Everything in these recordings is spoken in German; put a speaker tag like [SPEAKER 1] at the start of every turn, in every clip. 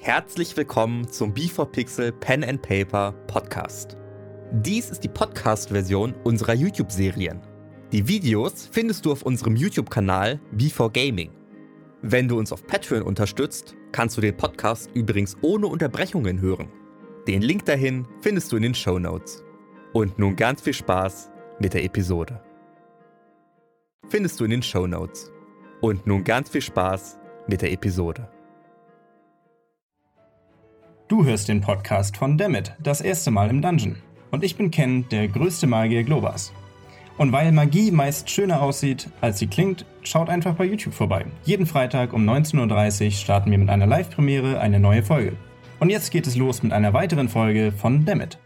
[SPEAKER 1] Herzlich willkommen zum B4Pixel Pen and Paper Podcast. Dies ist die Podcast-Version unserer YouTube-Serien. Die Videos findest du auf unserem YouTube-Kanal B4Gaming. Wenn du uns auf Patreon unterstützt, kannst du den Podcast übrigens ohne Unterbrechungen hören. Den Link dahin findest du in den Show Notes. Und nun ganz viel Spaß mit der Episode. Findest du in den Show Notes. Und nun ganz viel Spaß mit der Episode.
[SPEAKER 2] Du hörst den Podcast von Dammit, das erste Mal im Dungeon. Und ich bin Ken, der größte Magier Globas. Und weil Magie meist schöner aussieht, als sie klingt, schaut einfach bei YouTube vorbei. Jeden Freitag um 19.30 Uhr starten wir mit einer Live-Premiere eine neue Folge. Und jetzt geht es los mit einer weiteren Folge von Dammit.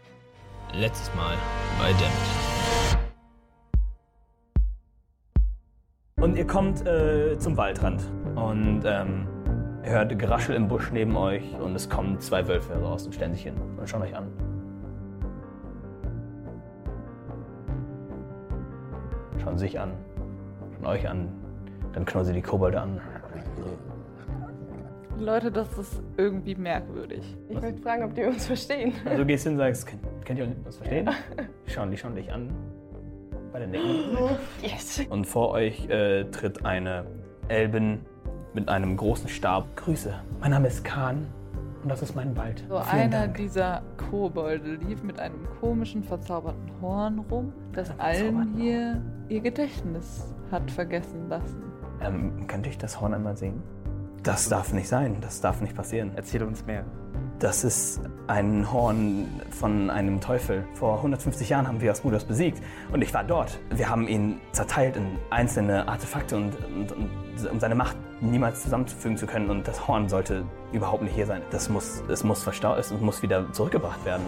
[SPEAKER 3] Letztes Mal bei Dammit.
[SPEAKER 4] Und ihr kommt äh, zum Waldrand und ähm, ihr hört Geraschel im Busch neben euch und es kommen zwei Wölfe raus und stellen sich hin und schauen euch an. Schauen sich an, schauen euch an, dann knurren sie die Kobolde an.
[SPEAKER 5] Leute, das ist irgendwie merkwürdig.
[SPEAKER 6] Ich wollte fragen, ob die uns verstehen.
[SPEAKER 4] Also du gehst hin und sagst, könnt, könnt ihr uns verstehen? Die schauen, die schauen dich an, beide nicken.
[SPEAKER 6] Yes.
[SPEAKER 4] Und vor euch äh, tritt eine Elbin mit einem großen Stab. Grüße, mein Name ist Khan und das ist mein Wald.
[SPEAKER 5] So einer dieser Kobolde lief mit einem komischen, verzauberten Horn rum, das
[SPEAKER 4] Ein
[SPEAKER 5] allen
[SPEAKER 4] verzauberten
[SPEAKER 5] hier ihr Gedächtnis hat vergessen lassen.
[SPEAKER 4] Ähm, könnte ich das Horn einmal sehen? Das darf nicht sein, das darf nicht passieren.
[SPEAKER 7] Erzähl uns mehr.
[SPEAKER 4] Das ist ein Horn von einem Teufel. Vor 150 Jahren haben wir Asmodeus besiegt und ich war dort. Wir haben ihn zerteilt in einzelne Artefakte und, und, und um seine Macht niemals zusammenzufügen zu können und das Horn sollte überhaupt nicht hier sein. Das muss, es muss verstaut, es muss wieder zurückgebracht werden.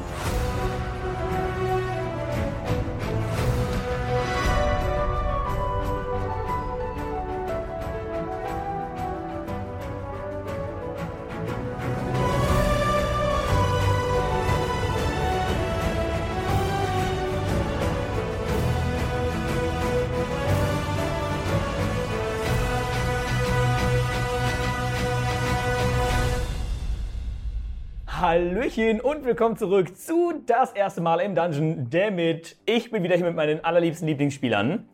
[SPEAKER 3] Hallöchen und willkommen zurück zu das erste Mal im Dungeon. Damit ich bin wieder hier mit meinen allerliebsten Lieblingsspielern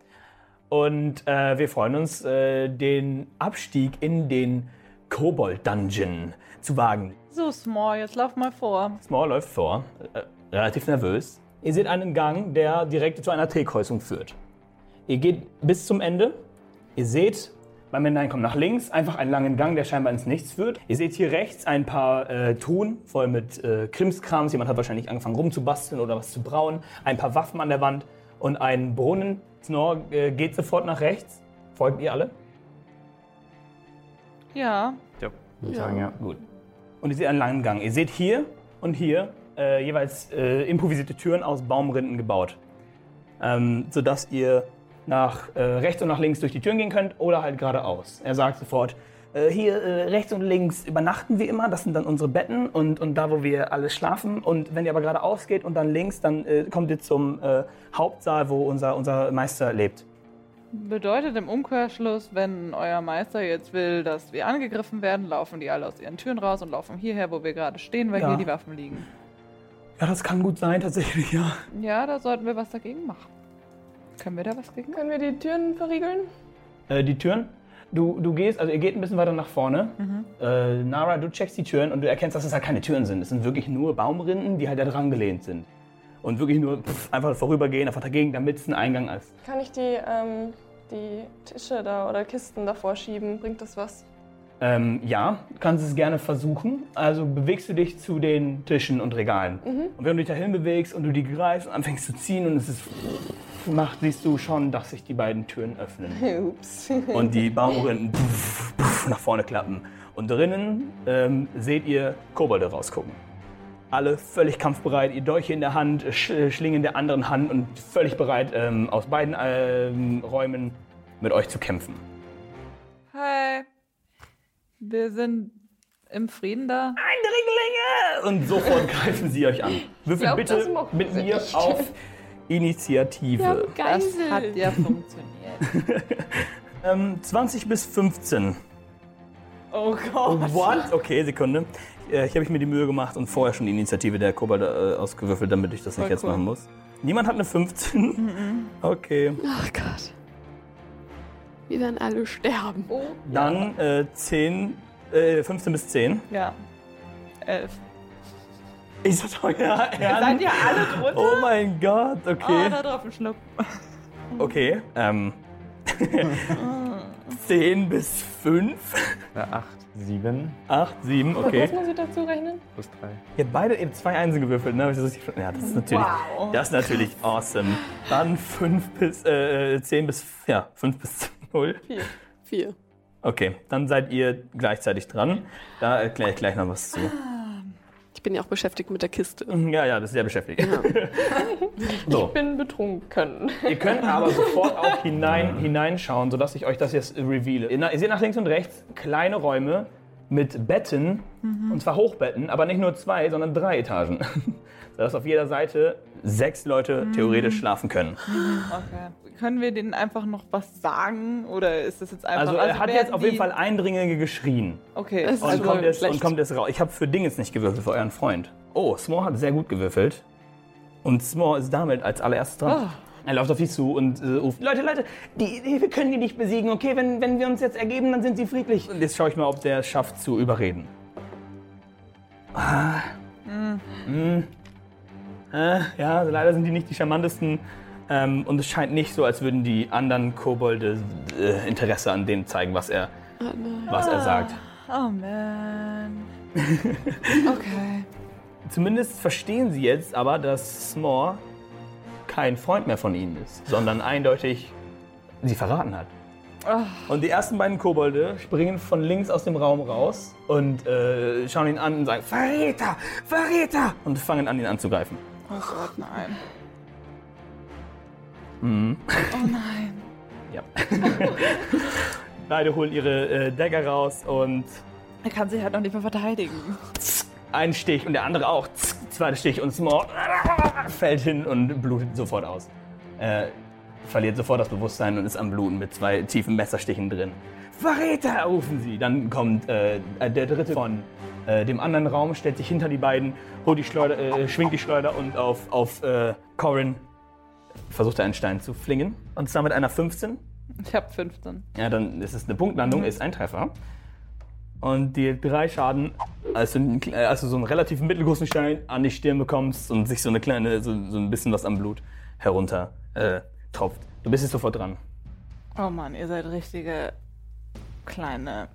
[SPEAKER 3] und äh, wir freuen uns, äh, den Abstieg in den Kobold Dungeon zu wagen.
[SPEAKER 5] So, Small, jetzt lauf mal vor.
[SPEAKER 3] Small läuft vor, äh, relativ nervös. Ihr seht einen Gang, der direkt zu einer T-Kreuzung führt. Ihr geht bis zum Ende. Ihr seht beim Hineinkommen nach links einfach einen langen Gang, der scheinbar ins Nichts führt. Ihr seht hier rechts ein paar äh, Truhen voll mit äh, Krimskrams. Jemand hat wahrscheinlich angefangen rumzubasteln oder was zu brauen. Ein paar Waffen an der Wand und einen Brunnen. Snor äh, geht sofort nach rechts. Folgt ihr alle?
[SPEAKER 5] Ja,
[SPEAKER 3] Gut. Und ihr seht einen langen Gang. Ihr seht hier und hier äh, jeweils äh, improvisierte Türen aus Baumrinden gebaut. Ähm, sodass ihr nach äh, rechts und nach links durch die Türen gehen könnt oder halt geradeaus. Er sagt sofort, äh, hier äh, rechts und links übernachten wir immer, das sind dann unsere Betten und, und da, wo wir alle schlafen. Und wenn ihr aber geradeaus geht und dann links, dann äh, kommt ihr zum äh, Hauptsaal, wo unser, unser Meister lebt.
[SPEAKER 5] bedeutet im Umkehrschluss, wenn euer Meister jetzt will, dass wir angegriffen werden, laufen die alle aus ihren Türen raus und laufen hierher, wo wir gerade stehen, weil
[SPEAKER 3] Ja.
[SPEAKER 5] hier die Waffen liegen.
[SPEAKER 3] Ja, das kann gut sein, tatsächlich, ja.
[SPEAKER 5] Ja, da sollten wir was dagegen machen. Können wir da was gegen machen?
[SPEAKER 6] Können wir die Türen verriegeln?
[SPEAKER 3] äh, die Türen. Du, du gehst, also ihr geht ein bisschen weiter nach vorne. Äh, Nara, du checkst die Türen und du erkennst, dass es halt keine Türen sind. Es sind wirklich nur Baumrinden, die halt da dran gelehnt sind. Und wirklich nur pff, einfach vorübergehen, einfach dagegen, damit es ein Eingang ist.
[SPEAKER 6] Kann ich die, ähm, die Tische da oder Kisten davor schieben? Bringt das was?
[SPEAKER 3] Ähm, ja, kannst es gerne versuchen. Also bewegst du dich zu den Tischen und Regalen. Und wenn du dich dahin bewegst und du die greifst und anfängst zu ziehen und es ist macht, siehst du schon, dass sich die beiden Türen öffnen.
[SPEAKER 6] Ups.
[SPEAKER 3] und die Baumrinden puff, puff, nach vorne klappen. Und drinnen ähm, seht ihr Kobolde rausgucken. Alle völlig kampfbereit, ihr Dolche in der Hand, Sch äh, Schlingen in der anderen Hand und völlig bereit, ähm, aus beiden ähm, Räumen mit euch zu kämpfen.
[SPEAKER 5] Hi. Wir sind im Frieden da.
[SPEAKER 3] Und sofort greifen sie euch an. Würfelt
[SPEAKER 6] glaub, das
[SPEAKER 3] bitte
[SPEAKER 6] mochten
[SPEAKER 3] mit
[SPEAKER 6] sie
[SPEAKER 3] mir
[SPEAKER 6] nicht.
[SPEAKER 3] auf Initiative.
[SPEAKER 5] Das hat ja funktioniert.
[SPEAKER 3] Ähm, 20 bis 15.
[SPEAKER 6] Oh Gott.
[SPEAKER 3] Oh
[SPEAKER 5] Oh,
[SPEAKER 3] What? Okay, Sekunde. äh, hier habe ich mir die Mühe gemacht und vorher schon die Initiative der Kobolde äh, ausgewürfelt, damit ich das nicht
[SPEAKER 5] Voll
[SPEAKER 3] jetzt
[SPEAKER 5] cool. Mhm.
[SPEAKER 3] machen muss. Niemand hat eine 15? okay.
[SPEAKER 7] Ach Gott. Wir werden alle sterben.
[SPEAKER 5] Oh,
[SPEAKER 3] Dann äh, 10, äh, 15 bis 10.
[SPEAKER 5] ja. Elf.
[SPEAKER 3] Ist das euer
[SPEAKER 5] Seid
[SPEAKER 3] Ernst?
[SPEAKER 5] ihr alle drunter?
[SPEAKER 3] Oh mein Gott, Also
[SPEAKER 5] Ah,
[SPEAKER 3] okay.
[SPEAKER 5] da drauf ein Schnupp.
[SPEAKER 3] Okay. Ähm. 10 bis 5?
[SPEAKER 4] Na, acht.
[SPEAKER 2] Sieben.
[SPEAKER 3] 8, 7,
[SPEAKER 6] Was
[SPEAKER 3] okay.
[SPEAKER 6] muss ich dazu rechnen?
[SPEAKER 4] Plus drei.
[SPEAKER 3] Ihr habt beide eben zwei Einsen gewürfelt, ne? Hab ich das richtig verstanden? Ja, das ist natürlich, das ist natürlich awesome. Dann 5 bis, äh, 10 bis, ja, 5 bis 0.
[SPEAKER 6] Vier.
[SPEAKER 7] Vier.
[SPEAKER 3] Okay, dann seid ihr gleichzeitig dran. Da erkläre ich gleich noch was zu.
[SPEAKER 7] Ich bin ja auch beschäftigt mit der Kiste.
[SPEAKER 3] Ja, ja, das ist ja beschäftigt.
[SPEAKER 6] Ich
[SPEAKER 3] So,
[SPEAKER 6] bin betrunken.
[SPEAKER 3] ihr könnt aber sofort auch hinein, hineinschauen, sodass ich euch das jetzt reveale. Ihr, na- ihr seht nach links und rechts kleine Räume mit Betten, und zwar Hochbetten, aber nicht nur zwei, sondern drei Etagen. Sodass auf jeder Seite sechs Leute theoretisch schlafen können.
[SPEAKER 5] Okay. Können wir denen einfach noch was sagen? Oder ist das jetzt einfach...
[SPEAKER 3] Also, er hat
[SPEAKER 5] werden
[SPEAKER 3] jetzt auf
[SPEAKER 5] die-
[SPEAKER 3] jeden Fall Eindringlinge geschrien.
[SPEAKER 5] Okay.
[SPEAKER 7] Es ist
[SPEAKER 3] Und
[SPEAKER 7] Also,
[SPEAKER 3] kommt jetzt, und
[SPEAKER 7] schlecht.
[SPEAKER 3] kommt jetzt raus. Ich habe für Ding jetzt nicht gewürfelt, für euren Freund. Oh, Smore hat sehr gut gewürfelt. Und Smore ist damit als allererstes
[SPEAKER 7] Ah.
[SPEAKER 3] dran. Er läuft auf dich zu und äh, ruft: Leute, Leute, die, die, wir können die nicht besiegen, okay? Wenn, wenn wir uns jetzt ergeben, dann sind sie friedlich. Und jetzt schaue ich mal, ob der es schafft zu überreden.
[SPEAKER 7] Mhm.
[SPEAKER 3] Ah. Mm. Äh, Mhm. ja, leider sind die nicht die charmantesten. Ähm, und es scheint nicht so, als würden die anderen Kobolde äh, Interesse an dem zeigen, was er,
[SPEAKER 7] Ah, nein.
[SPEAKER 3] was er sagt.
[SPEAKER 5] Oh man. Okay.
[SPEAKER 3] Zumindest verstehen sie jetzt aber, dass Smore kein Freund mehr von ihnen ist, sondern eindeutig sie verraten hat. Und die ersten beiden Kobolde springen von links aus dem Raum raus und äh, schauen ihn an und sagen, Verräter, Verräter! Und fangen an, ihn anzugreifen.
[SPEAKER 5] Oh Gott, nein.
[SPEAKER 3] Mhm.
[SPEAKER 5] Oh nein.
[SPEAKER 3] Ja. Beide holen ihre äh, Dagger raus und
[SPEAKER 5] Er kann sich halt noch nicht mehr verteidigen.
[SPEAKER 3] ein Stich und der andere auch. Zweiter Stich und Small fällt hin und blutet sofort aus. Äh, verliert sofort das Bewusstsein und ist am Bluten mit zwei tiefen Messerstichen drin. Verräter rufen sie. Dann kommt äh, der dritte von äh, dem anderen Raum, stellt sich hinter die beiden, holt die Schleuder, äh, schwingt die Schleuder und auf, auf äh, Corin versucht er einen Stein zu flingen. Und zwar mit einer 15.
[SPEAKER 5] Ich hab 15.
[SPEAKER 3] Ja, dann ist es eine
[SPEAKER 5] Mhm.
[SPEAKER 3] Punktlandung, ist ein Treffer. Und dir drei Schaden, als du, einen kle- äh, als du so einen relativ mittelgroßen Stein an die Stirn bekommst und sich so eine kleine, so, so ein bisschen was am Blut herunter äh, tropft. Du bist jetzt sofort dran.
[SPEAKER 5] Oh Mann, ihr seid richtige kleine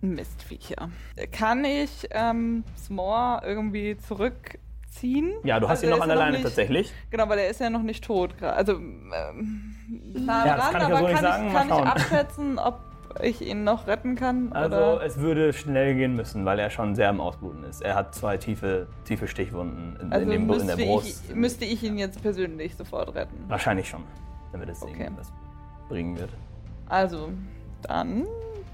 [SPEAKER 5] Mistviecher. Kann ich ähm, S'more irgendwie zurückziehen?
[SPEAKER 3] Ja, du hast
[SPEAKER 5] Also
[SPEAKER 3] ihn noch
[SPEAKER 5] ist
[SPEAKER 3] an
[SPEAKER 5] er
[SPEAKER 3] der Leine
[SPEAKER 5] nicht-
[SPEAKER 3] tatsächlich.
[SPEAKER 5] Genau, weil er ist ja noch nicht tot gerade. Also, ähm, nah
[SPEAKER 3] Ja, das
[SPEAKER 5] dran,
[SPEAKER 3] kann ich ja
[SPEAKER 5] aber
[SPEAKER 3] so nicht
[SPEAKER 5] kann,
[SPEAKER 3] sagen.
[SPEAKER 5] ich,
[SPEAKER 3] Mal
[SPEAKER 5] kann ich
[SPEAKER 3] schauen.
[SPEAKER 5] abschätzen, ob ich ihn noch retten kann?
[SPEAKER 3] Also
[SPEAKER 5] oder?
[SPEAKER 3] es würde schnell gehen müssen, weil er schon sehr am Ausbluten ist. Er hat zwei tiefe, tiefe Stichwunden in,
[SPEAKER 5] also
[SPEAKER 3] in, dem, Bu- in der
[SPEAKER 5] müsste
[SPEAKER 3] Brust.
[SPEAKER 5] Ich, müsste ich ihn jetzt persönlich sofort retten?
[SPEAKER 3] Wahrscheinlich schon, damit es
[SPEAKER 5] Okay.
[SPEAKER 3] irgendwas bringen wird.
[SPEAKER 5] Also, dann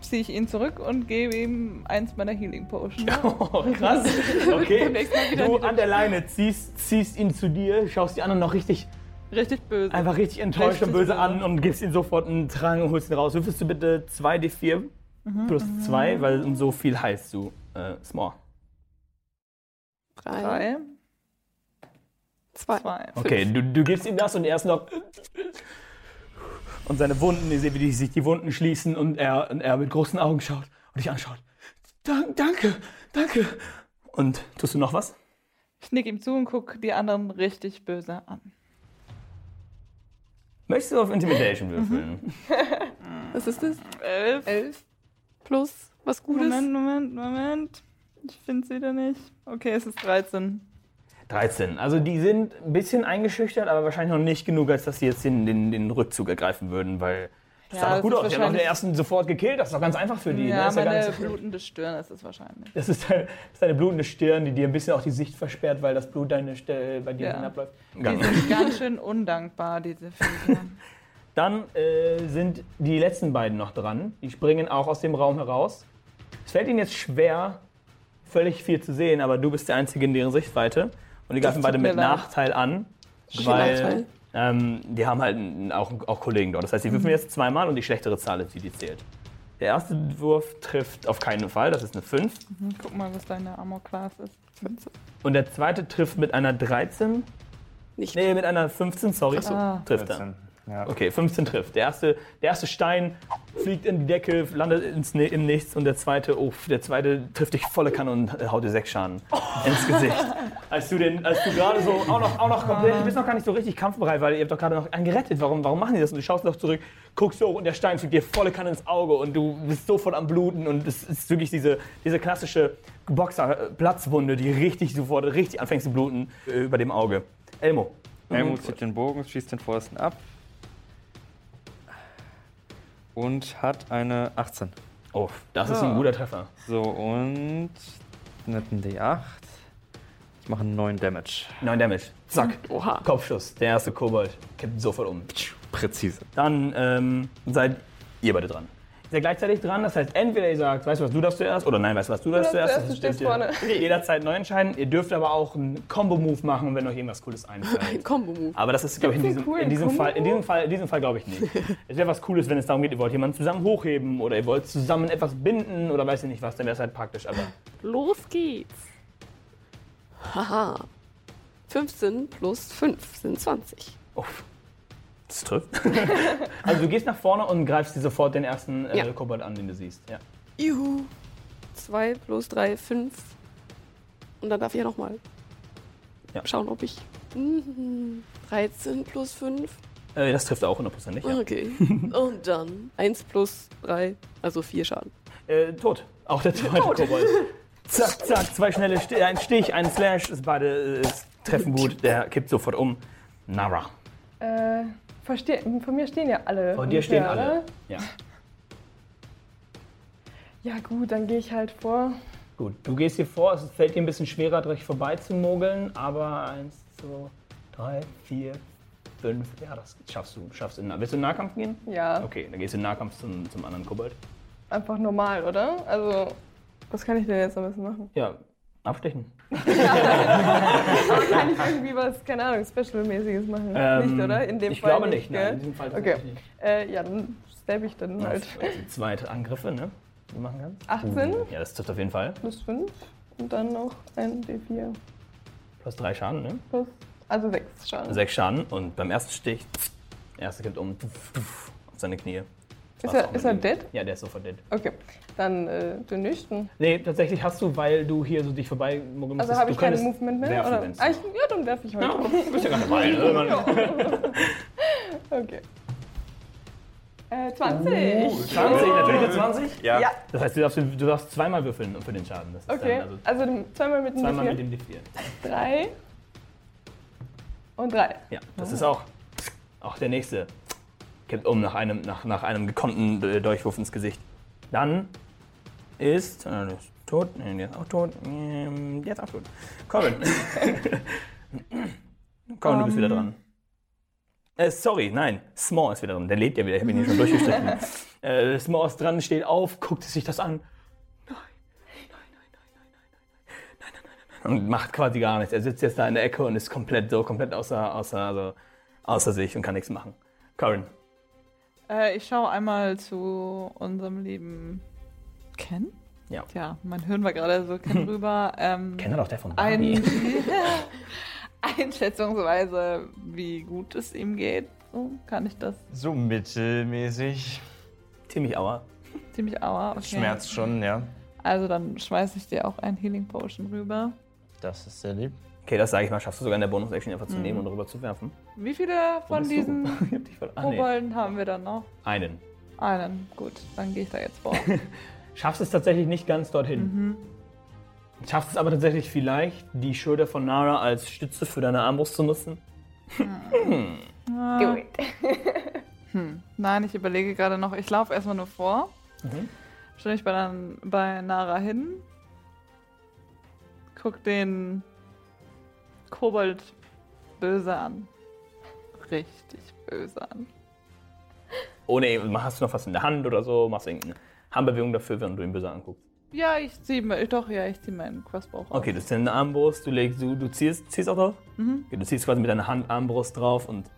[SPEAKER 5] ziehe ich ihn zurück und gebe ihm eins meiner Healing Potions.
[SPEAKER 3] Oh, krass. Okay. Du an der Leine ziehst, ziehst ihn zu dir, schaust die anderen noch richtig,
[SPEAKER 5] Richtig böse.
[SPEAKER 3] einfach richtig enttäuscht und
[SPEAKER 5] Richtig
[SPEAKER 3] böse
[SPEAKER 5] böse.
[SPEAKER 3] an und gibst ihm sofort einen Trank und holst ihn raus. Würfelst du bitte 2d4 plus 2, weil um so viel heißt du äh, Small.
[SPEAKER 7] Drei,
[SPEAKER 5] Drei,
[SPEAKER 7] zwei.
[SPEAKER 5] zwei.
[SPEAKER 3] Okay, du, du gibst ihm das und er ist noch. Und seine Wunden, ihr seht, wie die, sich die Wunden schließen und er, und er mit großen Augen schaut und dich anschaut. Dank, danke, danke. Und tust du noch was?
[SPEAKER 5] Ich nick ihm zu und guck die anderen richtig böse an.
[SPEAKER 3] Möchtest du auf Intimidation würfeln?
[SPEAKER 7] Was ist das?
[SPEAKER 5] Elf.
[SPEAKER 7] Elf. Plus was Gutes.
[SPEAKER 5] Moment, Moment, Moment. Ich finde sie wieder nicht. Okay, es ist 13.
[SPEAKER 3] 13. Also die sind ein bisschen eingeschüchtert, aber wahrscheinlich noch nicht genug, als dass sie jetzt den, den, den Rückzug ergreifen würden, weil das sah doch gut aus. Die haben doch den ersten sofort gekillt. Das ist doch ganz einfach für die. ne?
[SPEAKER 5] Ja,
[SPEAKER 3] das, ist ja gar
[SPEAKER 5] meine
[SPEAKER 3] nicht so-
[SPEAKER 5] blutende Stirn ist es wahrscheinlich.
[SPEAKER 3] das, ist deine, das ist deine blutende Stirn, die dir ein bisschen auch die Sicht versperrt, weil das Blut deine, Ste- äh, bei dir
[SPEAKER 5] Ja.
[SPEAKER 3] hinabläuft.
[SPEAKER 5] Die sind ganz schön undankbar, diese Viecher.
[SPEAKER 3] Dann äh, sind die letzten beiden noch dran. Die springen auch aus dem Raum heraus. Es fällt ihnen jetzt schwer, völlig viel zu sehen, aber du bist der Einzige in deren Sichtweite. Und die greifen
[SPEAKER 5] tut
[SPEAKER 3] beide
[SPEAKER 5] mir
[SPEAKER 3] mit
[SPEAKER 5] leid.
[SPEAKER 3] Nachteil an.
[SPEAKER 7] Nachteil.
[SPEAKER 3] Weil ähm, die haben halt n- auch, auch Kollegen dort. Das heißt, die würfen jetzt zweimal und die schlechtere Zahl ist die, die zählt. Der erste Wurf trifft auf keinen Fall, das ist eine 5.
[SPEAKER 5] Mhm, Guck mal, was deine Armor-Class ist.
[SPEAKER 7] 14.
[SPEAKER 3] Und der zweite trifft mit einer 13.
[SPEAKER 7] Nicht.
[SPEAKER 3] Nee, mit einer 15, sorry.
[SPEAKER 5] Ah.
[SPEAKER 3] Trifft er.
[SPEAKER 2] Ja.
[SPEAKER 3] Okay, 15 trifft. Der erste, der erste Stein fliegt in die Decke, landet ins, Ne- im Nichts und der zweite, oh, der zweite trifft dich volle Kanne und haut dir sechs Schaden ins Gesicht. Als du, den, als du gerade so auch noch, auch noch komplett, du bist noch gar nicht so richtig kampfbereit, weil ihr habt doch gerade noch einen gerettet. Warum, warum machen die das? Und du schaust noch zurück, guckst hoch und der Stein fliegt dir volle Kanne ins Auge und du bist sofort am Bluten und es ist wirklich diese, diese klassische Boxer-Platzwunde, die richtig sofort, richtig anfängt zu bluten äh, über dem Auge. Elmo. Mhm.
[SPEAKER 8] Helmut zieht den Bogen, schießt den Vordersten ab. Und hat eine 18.
[SPEAKER 3] Oh, das ist ein guter Treffer.
[SPEAKER 8] So, und. Nicht ein D8. Ich mache 9 Damage.
[SPEAKER 3] 9 Damage. Zack.
[SPEAKER 7] Oha.
[SPEAKER 3] Kopfschuss. Der erste Kobold kippt sofort um.
[SPEAKER 8] Präzise.
[SPEAKER 3] Dann ähm, seid ihr beide dran. Ihr seid gleichzeitig dran, das heißt, entweder ihr sagt, weißt du was, du darfst zuerst, oder nein, weißt du was, du darfst zuerst.
[SPEAKER 6] darfst zuerst, du stehst
[SPEAKER 3] dürft ihr
[SPEAKER 6] vorne.
[SPEAKER 3] Jederzeit neu entscheiden. Ihr dürft aber auch einen Combo-Move machen, wenn euch irgendwas Cooles einfällt.
[SPEAKER 7] Combo-Move.
[SPEAKER 3] Aber das ist, glaube ich, in diesem, in diesem Fall, in diesem Fall, in diesem Fall glaube ich nicht. es wäre was Cooles, wenn es darum geht, ihr wollt jemanden zusammen hochheben oder ihr wollt zusammen etwas binden oder weiß ich nicht was, dann wäre es halt praktisch. Aber
[SPEAKER 7] Los geht's. Haha. 15 plus 5 sind 20.
[SPEAKER 3] Uff. Das trifft. also du gehst nach vorne und greifst dir sofort den ersten äh,
[SPEAKER 7] Ja.
[SPEAKER 3] Kobold an, den du siehst. Ja.
[SPEAKER 7] Juhu. 2 plus 3, 5. Und dann darf ich ja nochmal
[SPEAKER 3] Ja.
[SPEAKER 7] schauen, ob ich. Mhm. 13 plus 5.
[SPEAKER 3] Äh, das trifft auch hundertprozentig. Ja.
[SPEAKER 7] Okay. Und dann 1 plus 3, also 4 Schaden.
[SPEAKER 3] Äh, tot. Auch der zweite Kobold. Zack, zack, zwei schnelle Sti ein Stich, ein Slash, ist beide äh, es treffen gut, der kippt sofort um. Nara.
[SPEAKER 6] Äh, verste- von mir stehen ja alle.
[SPEAKER 3] Von dir stehen
[SPEAKER 6] ungefähr,
[SPEAKER 3] alle.
[SPEAKER 6] oder?
[SPEAKER 3] Ja.
[SPEAKER 6] Ja gut, dann gehe ich halt vor.
[SPEAKER 3] Gut, du gehst hier vor, es fällt dir ein bisschen schwerer, direkt vorbei zu mogeln, aber eins, zwei, drei, vier, fünf, ja, das schaffst du. Schaffst du in, willst du in Nahkampf gehen?
[SPEAKER 6] Ja,
[SPEAKER 3] Okay, dann gehst du in Nahkampf zum, zum anderen Kobold.
[SPEAKER 6] einfach normal, oder? Also, was kann ich denn jetzt am besten machen?
[SPEAKER 3] Ja, abstechen.
[SPEAKER 6] Kann ich irgendwie was, keine Ahnung, Special-mäßiges machen?
[SPEAKER 3] Ähm,
[SPEAKER 6] nicht, oder? In dem
[SPEAKER 3] ich
[SPEAKER 6] Fall
[SPEAKER 3] glaube nicht, nein,
[SPEAKER 6] gell?
[SPEAKER 3] in diesem Fall
[SPEAKER 6] okay.
[SPEAKER 3] tatsächlich nicht.
[SPEAKER 6] Äh, ja, dann stab ich dann halt.
[SPEAKER 3] Auf, äh, Zweite Angriffe, ne? Die Du machen kannst.
[SPEAKER 6] 18
[SPEAKER 3] Ja, das trifft auf jeden Fall.
[SPEAKER 6] plus 5 und dann noch ein D4
[SPEAKER 3] Plus drei Schaden, ne?
[SPEAKER 6] plus, also 6 Schaden.
[SPEAKER 3] Sechs Schaden und beim ersten Stich, der erste kippt um auf seine Knie.
[SPEAKER 6] Ist
[SPEAKER 3] War's
[SPEAKER 6] er,
[SPEAKER 3] auch
[SPEAKER 6] ist er
[SPEAKER 3] mit ihm.
[SPEAKER 6] dead?
[SPEAKER 3] Ja, der ist sofort dead.
[SPEAKER 6] Okay, dann äh, den nächsten.
[SPEAKER 3] Nee, tatsächlich hast du, weil du hier so dich vorbei mogeln
[SPEAKER 6] Also
[SPEAKER 3] musstest,
[SPEAKER 6] habe ich
[SPEAKER 3] du
[SPEAKER 6] kein
[SPEAKER 3] könntest
[SPEAKER 6] Movement mehr?
[SPEAKER 3] werfen,
[SPEAKER 6] oder?
[SPEAKER 3] wenn's-
[SPEAKER 6] Ah, ich, ja, dann werfe ich heute.
[SPEAKER 3] Ja, du bist ja gar nicht weit.
[SPEAKER 6] Okay. Äh,
[SPEAKER 3] Oh,
[SPEAKER 6] 20.
[SPEAKER 3] 20, natürlich eine 20.
[SPEAKER 8] Ja.
[SPEAKER 3] Das heißt, du darfst, du darfst zweimal würfeln für den Schaden. Das ist
[SPEAKER 6] Okay,
[SPEAKER 3] dann also
[SPEAKER 6] also dem- zweimal mit dem
[SPEAKER 3] zweimal
[SPEAKER 6] D4.
[SPEAKER 3] mit dem D4.
[SPEAKER 6] 3 und 3.
[SPEAKER 3] Ja, das ist auch. Auch der nächste kippt um nach einem, nach, nach einem gekonnten äh, Durchwurf ins Gesicht. Dann ist. Äh, der ist tot. Nee, der ist auch tot. Ähm, der ist auch tot. Corin. Corin, du bist wieder dran. Äh, sorry, nein. Small ist wieder dran. Der lebt ja wieder. Ich habe ihn hier schon durchgestrichen. äh, Small ist dran, steht auf, guckt sich das an. und macht quasi gar nichts. Er sitzt jetzt da in der Ecke und ist komplett so, komplett außer, außer, also, außer sich und kann nichts machen. Corin,
[SPEAKER 5] Äh, ich schaue einmal zu unserem lieben Ken.
[SPEAKER 3] Ja.
[SPEAKER 5] Ja, mein Hirn war gerade so Ken rüber. Ähm,
[SPEAKER 3] kennt er doch der von Barbie?
[SPEAKER 5] ein, Einschätzungsweise, wie gut es ihm geht. So kann ich das
[SPEAKER 8] So mittelmäßig.
[SPEAKER 3] Ziemlich auer.
[SPEAKER 5] ziemlich aua. Okay.
[SPEAKER 8] Schmerzt schon, ja.
[SPEAKER 5] Also dann schmeiße ich dir auch ein Healing Potion rüber.
[SPEAKER 8] Das ist sehr lieb.
[SPEAKER 3] Okay, das sage ich mal, schaffst du sogar in der Bonus-Action einfach zu nehmen und rüber zu werfen.
[SPEAKER 5] Wie viele
[SPEAKER 3] Wo
[SPEAKER 5] Mhm. von
[SPEAKER 3] bist du?
[SPEAKER 5] diesen
[SPEAKER 3] ich hab dich verloren. Ach, nee.
[SPEAKER 5] Kobolden haben wir dann noch?
[SPEAKER 3] Einen.
[SPEAKER 5] Einen. Gut, dann gehe ich da jetzt vor.
[SPEAKER 3] Schaffst es tatsächlich nicht ganz dorthin.
[SPEAKER 5] Mhm.
[SPEAKER 3] Schaffst es aber tatsächlich vielleicht, die Schulter von Nara als Stütze für deine Armbrust zu nutzen?
[SPEAKER 5] Ah. Nein, ich überlege gerade noch. Ich laufe erstmal nur vor.
[SPEAKER 3] Mhm.
[SPEAKER 5] Stelle mich bei, dann, bei Nara hin. Guck den Kobold böse an. Richtig böse an.
[SPEAKER 3] Oh nee, hast du noch was in der Hand oder so? Machst irgendeine Handbewegung dafür, wenn du ihn böse anguckst?
[SPEAKER 5] Ja, ich ziehe mir, doch, ja, ich ziehe meinen Crossbow raus.
[SPEAKER 3] Okay, das ist deine Armbrust, du legst, du, du ziehst, ziehst auch drauf?
[SPEAKER 5] Mhm.
[SPEAKER 3] Okay, du ziehst quasi mit deiner Hand Armbrust drauf und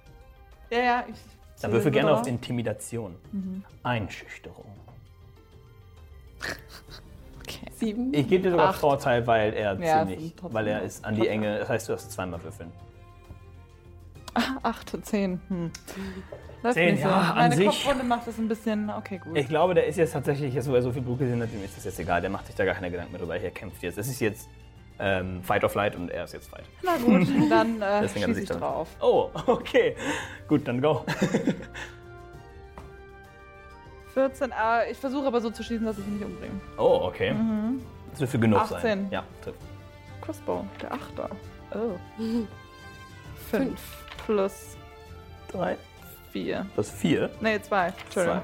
[SPEAKER 5] Ja, ja, ich.
[SPEAKER 3] dann
[SPEAKER 5] ziehe
[SPEAKER 3] würfel
[SPEAKER 5] den
[SPEAKER 3] gerne auf
[SPEAKER 5] drauf.
[SPEAKER 3] Intimidation. Einschüchterung.
[SPEAKER 5] Okay.
[SPEAKER 7] Sieben.
[SPEAKER 3] Ich gebe dir sogar
[SPEAKER 5] Acht.
[SPEAKER 3] Vorteil, weil er
[SPEAKER 5] Ja,
[SPEAKER 3] ziemlich,
[SPEAKER 5] sind trotzdem
[SPEAKER 3] weil er
[SPEAKER 5] noch.
[SPEAKER 3] ist an die Enge. Das heißt, du hast zweimal würfeln.
[SPEAKER 5] Acht und zehn. Hm. Läuft
[SPEAKER 3] Zehn,
[SPEAKER 5] nicht so.
[SPEAKER 3] ja, an
[SPEAKER 5] Meine
[SPEAKER 3] sich.
[SPEAKER 5] Kopfrunde macht es ein bisschen. Okay, gut.
[SPEAKER 3] Ich glaube, der ist jetzt tatsächlich, jetzt wo er so viel Blut gesehen hat, ihm ist das jetzt egal. Der macht sich da gar keine Gedanken mehr drüber. Er kämpft jetzt. Es ist jetzt ähm, Fight or Flight und er ist jetzt Fight.
[SPEAKER 5] Na gut, dann äh,
[SPEAKER 3] Deswegen hat er
[SPEAKER 5] schieße
[SPEAKER 3] sich
[SPEAKER 5] ich
[SPEAKER 3] dann-
[SPEAKER 5] drauf.
[SPEAKER 3] Oh, okay. Gut, dann go.
[SPEAKER 5] 14, äh, ich versuche aber so zu schießen, dass ich ihn nicht umbringe.
[SPEAKER 3] Oh, okay.
[SPEAKER 5] Mhm.
[SPEAKER 3] Das dürfte genug sein.
[SPEAKER 5] 18.
[SPEAKER 3] Ja, trifft.
[SPEAKER 5] Crossbow, der Achter. Oh. Fünf plus
[SPEAKER 3] Drei.
[SPEAKER 5] vier.
[SPEAKER 3] Das vier.
[SPEAKER 5] Nee, zwei.
[SPEAKER 3] Zwei.
[SPEAKER 5] Entschuldigung.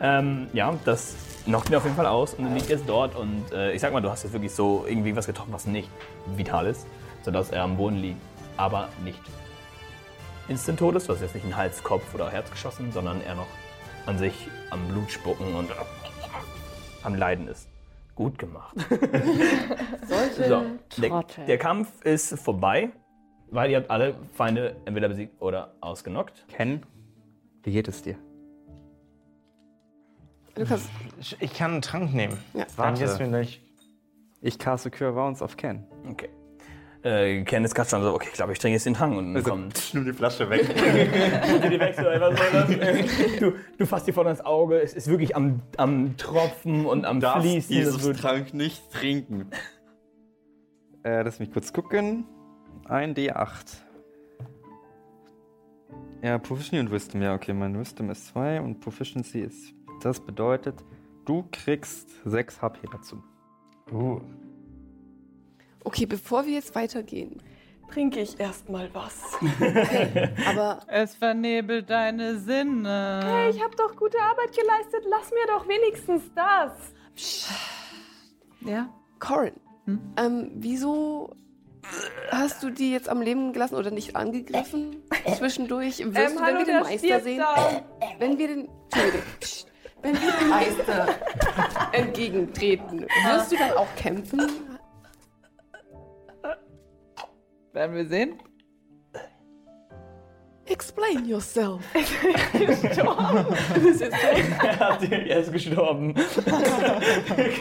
[SPEAKER 3] Ähm, ja, das knockt ihn auf jeden Fall aus und er liegt jetzt dort und äh, ich sag mal, du hast jetzt wirklich so irgendwie was getroffen, was nicht vital ist, sodass er am Boden liegt, aber nicht instant tot ist, du hast jetzt nicht in den Hals, Kopf oder Herz geschossen, sondern er noch an sich am Blut spucken und äh, am Leiden ist. Gut gemacht. so, der, der Kampf ist vorbei, weil ihr habt alle Feinde entweder besiegt oder ausgenockt.
[SPEAKER 8] Ken, wie geht es dir?
[SPEAKER 7] Du kannst.
[SPEAKER 2] Ich, ich kann einen Trank nehmen.
[SPEAKER 7] Ja.
[SPEAKER 2] Dann
[SPEAKER 8] Warte.
[SPEAKER 2] jetzt vielleicht.
[SPEAKER 8] Ich caste Cure Wounds auf Ken.
[SPEAKER 3] Okay. Äh, Ken ist gerade schon so, okay, ich glaube, ich trinke jetzt den Hang und komm.
[SPEAKER 1] Also, Nimm die Flasche weg.
[SPEAKER 3] Bitte die Wechsel, ey, was soll das? ne? Du, du fasst dir vorne ins Auge, es ist wirklich am, am Tropfen und am Fließen. Das wird-
[SPEAKER 1] Trank nicht trinken.
[SPEAKER 8] Äh, lass mich kurz gucken. Ein D8. Ja, Proficiency und Wisdom. Ja, okay, mein Wisdom ist 2 und Proficiency ist. Das bedeutet, du kriegst 6 HP dazu.
[SPEAKER 2] Uh,
[SPEAKER 7] Okay, bevor wir jetzt weitergehen, trinke ich erstmal was. Aber
[SPEAKER 5] Es vernebelt deine Sinne.
[SPEAKER 6] Hey, ich habe doch gute Arbeit geleistet. Lass mir doch wenigstens das.
[SPEAKER 5] ja.
[SPEAKER 7] Corin,
[SPEAKER 5] Hm?
[SPEAKER 7] ähm, wieso hast du die jetzt am Leben gelassen oder nicht angegriffen? Zwischendurch wirst du, wenn wir den Meister sehen, wenn wir den, Entschuldigung, Psst. wenn wir dem Meister entgegentreten, wirst du dann auch kämpfen?
[SPEAKER 5] Werden wir sehen.
[SPEAKER 7] Explain yourself.
[SPEAKER 3] Er hat- er ist gestorben.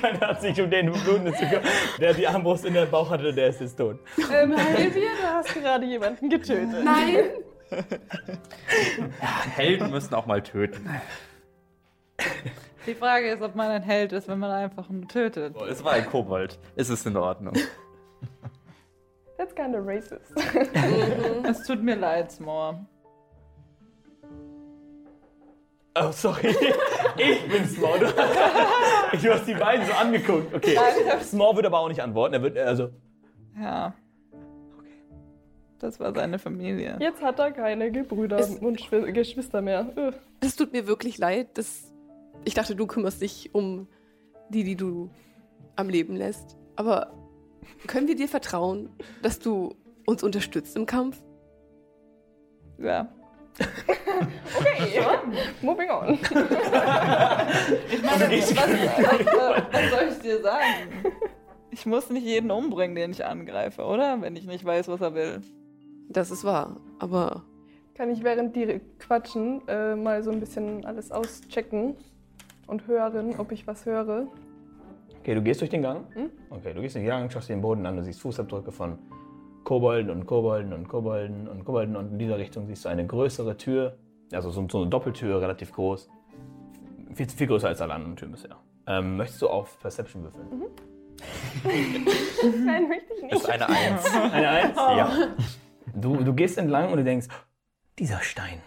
[SPEAKER 3] Keiner hat sich um den Bluten zu kümmern. Der die Armbrust in den Bauch hatte, der ist jetzt tot.
[SPEAKER 6] Ähm, Halvia, du hast gerade jemanden getötet.
[SPEAKER 7] Nein,
[SPEAKER 1] Helden müssen auch mal töten.
[SPEAKER 5] Die Frage ist, ob man ein Held ist, wenn man einfach nur tötet.
[SPEAKER 1] Es war ein Kobold. Es ist in Ordnung.
[SPEAKER 6] That's kind of racist.
[SPEAKER 5] Es tut mir leid, S'more.
[SPEAKER 3] Oh, sorry. Ich bin Small. Du hast, du hast die beiden so angeguckt. Okay. Small wird aber auch nicht antworten. Er wird, also,
[SPEAKER 5] Ja. Das war seine Familie.
[SPEAKER 6] Jetzt hat er keine Gebrüder
[SPEAKER 7] Ist-
[SPEAKER 6] und Schwi- Geschwister mehr. Äh.
[SPEAKER 7] das tut mir wirklich leid. Das, ich dachte, du kümmerst dich um die, die du am Leben lässt. Aber können wir dir vertrauen, dass du uns unterstützt im Kampf?
[SPEAKER 5] Ja.
[SPEAKER 6] Moving on.
[SPEAKER 5] Also Ich meine, was, was, was soll ich dir sagen? Ich muss nicht jeden umbringen, den ich angreife, oder? Wenn ich nicht weiß, was er will.
[SPEAKER 7] Das ist wahr, aber
[SPEAKER 6] Kann ich während die quatschen äh, mal so ein bisschen alles auschecken und hören, ob ich was höre?
[SPEAKER 3] Okay, du gehst durch den Gang.
[SPEAKER 6] Hm?
[SPEAKER 3] Okay, du gehst durch den Gang, schaust dir den Boden an, du siehst Fußabdrücke von Kobolden und Kobolden und Kobolden und Kobolden und in dieser Richtung siehst du eine größere Tür, also so, so eine Doppeltür, relativ groß. Viel, viel größer als alle anderen Türen bisher. Ähm, möchtest du auf Perception würfeln?
[SPEAKER 6] Nein, möchte ich nicht.
[SPEAKER 1] Ist eine Eins.
[SPEAKER 3] Eine Eins? Ja. Du, du gehst entlang und du denkst, dieser Stein.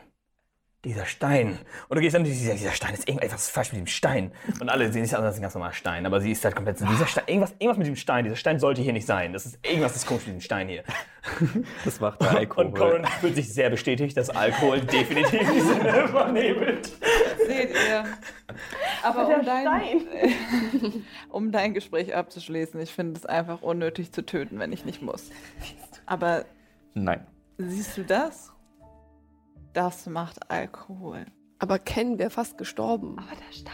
[SPEAKER 3] Dieser Stein. Und du gehst dann, dieser, dieser Stein ist irgendwas falsch mit dem Stein. Und alle sehen sich an, das ist ein ganz normaler Stein. Aber sie ist halt komplett so, dieser Stein, irgendwas, irgendwas mit dem Stein. Dieser Stein sollte hier nicht sein. Das ist, irgendwas ist komisch mit dem Stein hier.
[SPEAKER 1] Das macht der
[SPEAKER 3] Und Corin fühlt sich sehr bestätigt, dass Alkohol definitiv die Sinne vernebelt.
[SPEAKER 5] Seht ihr. Aber
[SPEAKER 6] Der
[SPEAKER 5] um dein,
[SPEAKER 6] Stein.
[SPEAKER 5] um dein Gespräch abzuschließen, ich finde es einfach unnötig zu töten, wenn ich nicht muss. Aber
[SPEAKER 8] Nein.
[SPEAKER 5] siehst du das? Das macht Alkohol.
[SPEAKER 7] Aber Ken wäre fast gestorben.
[SPEAKER 5] der Stein.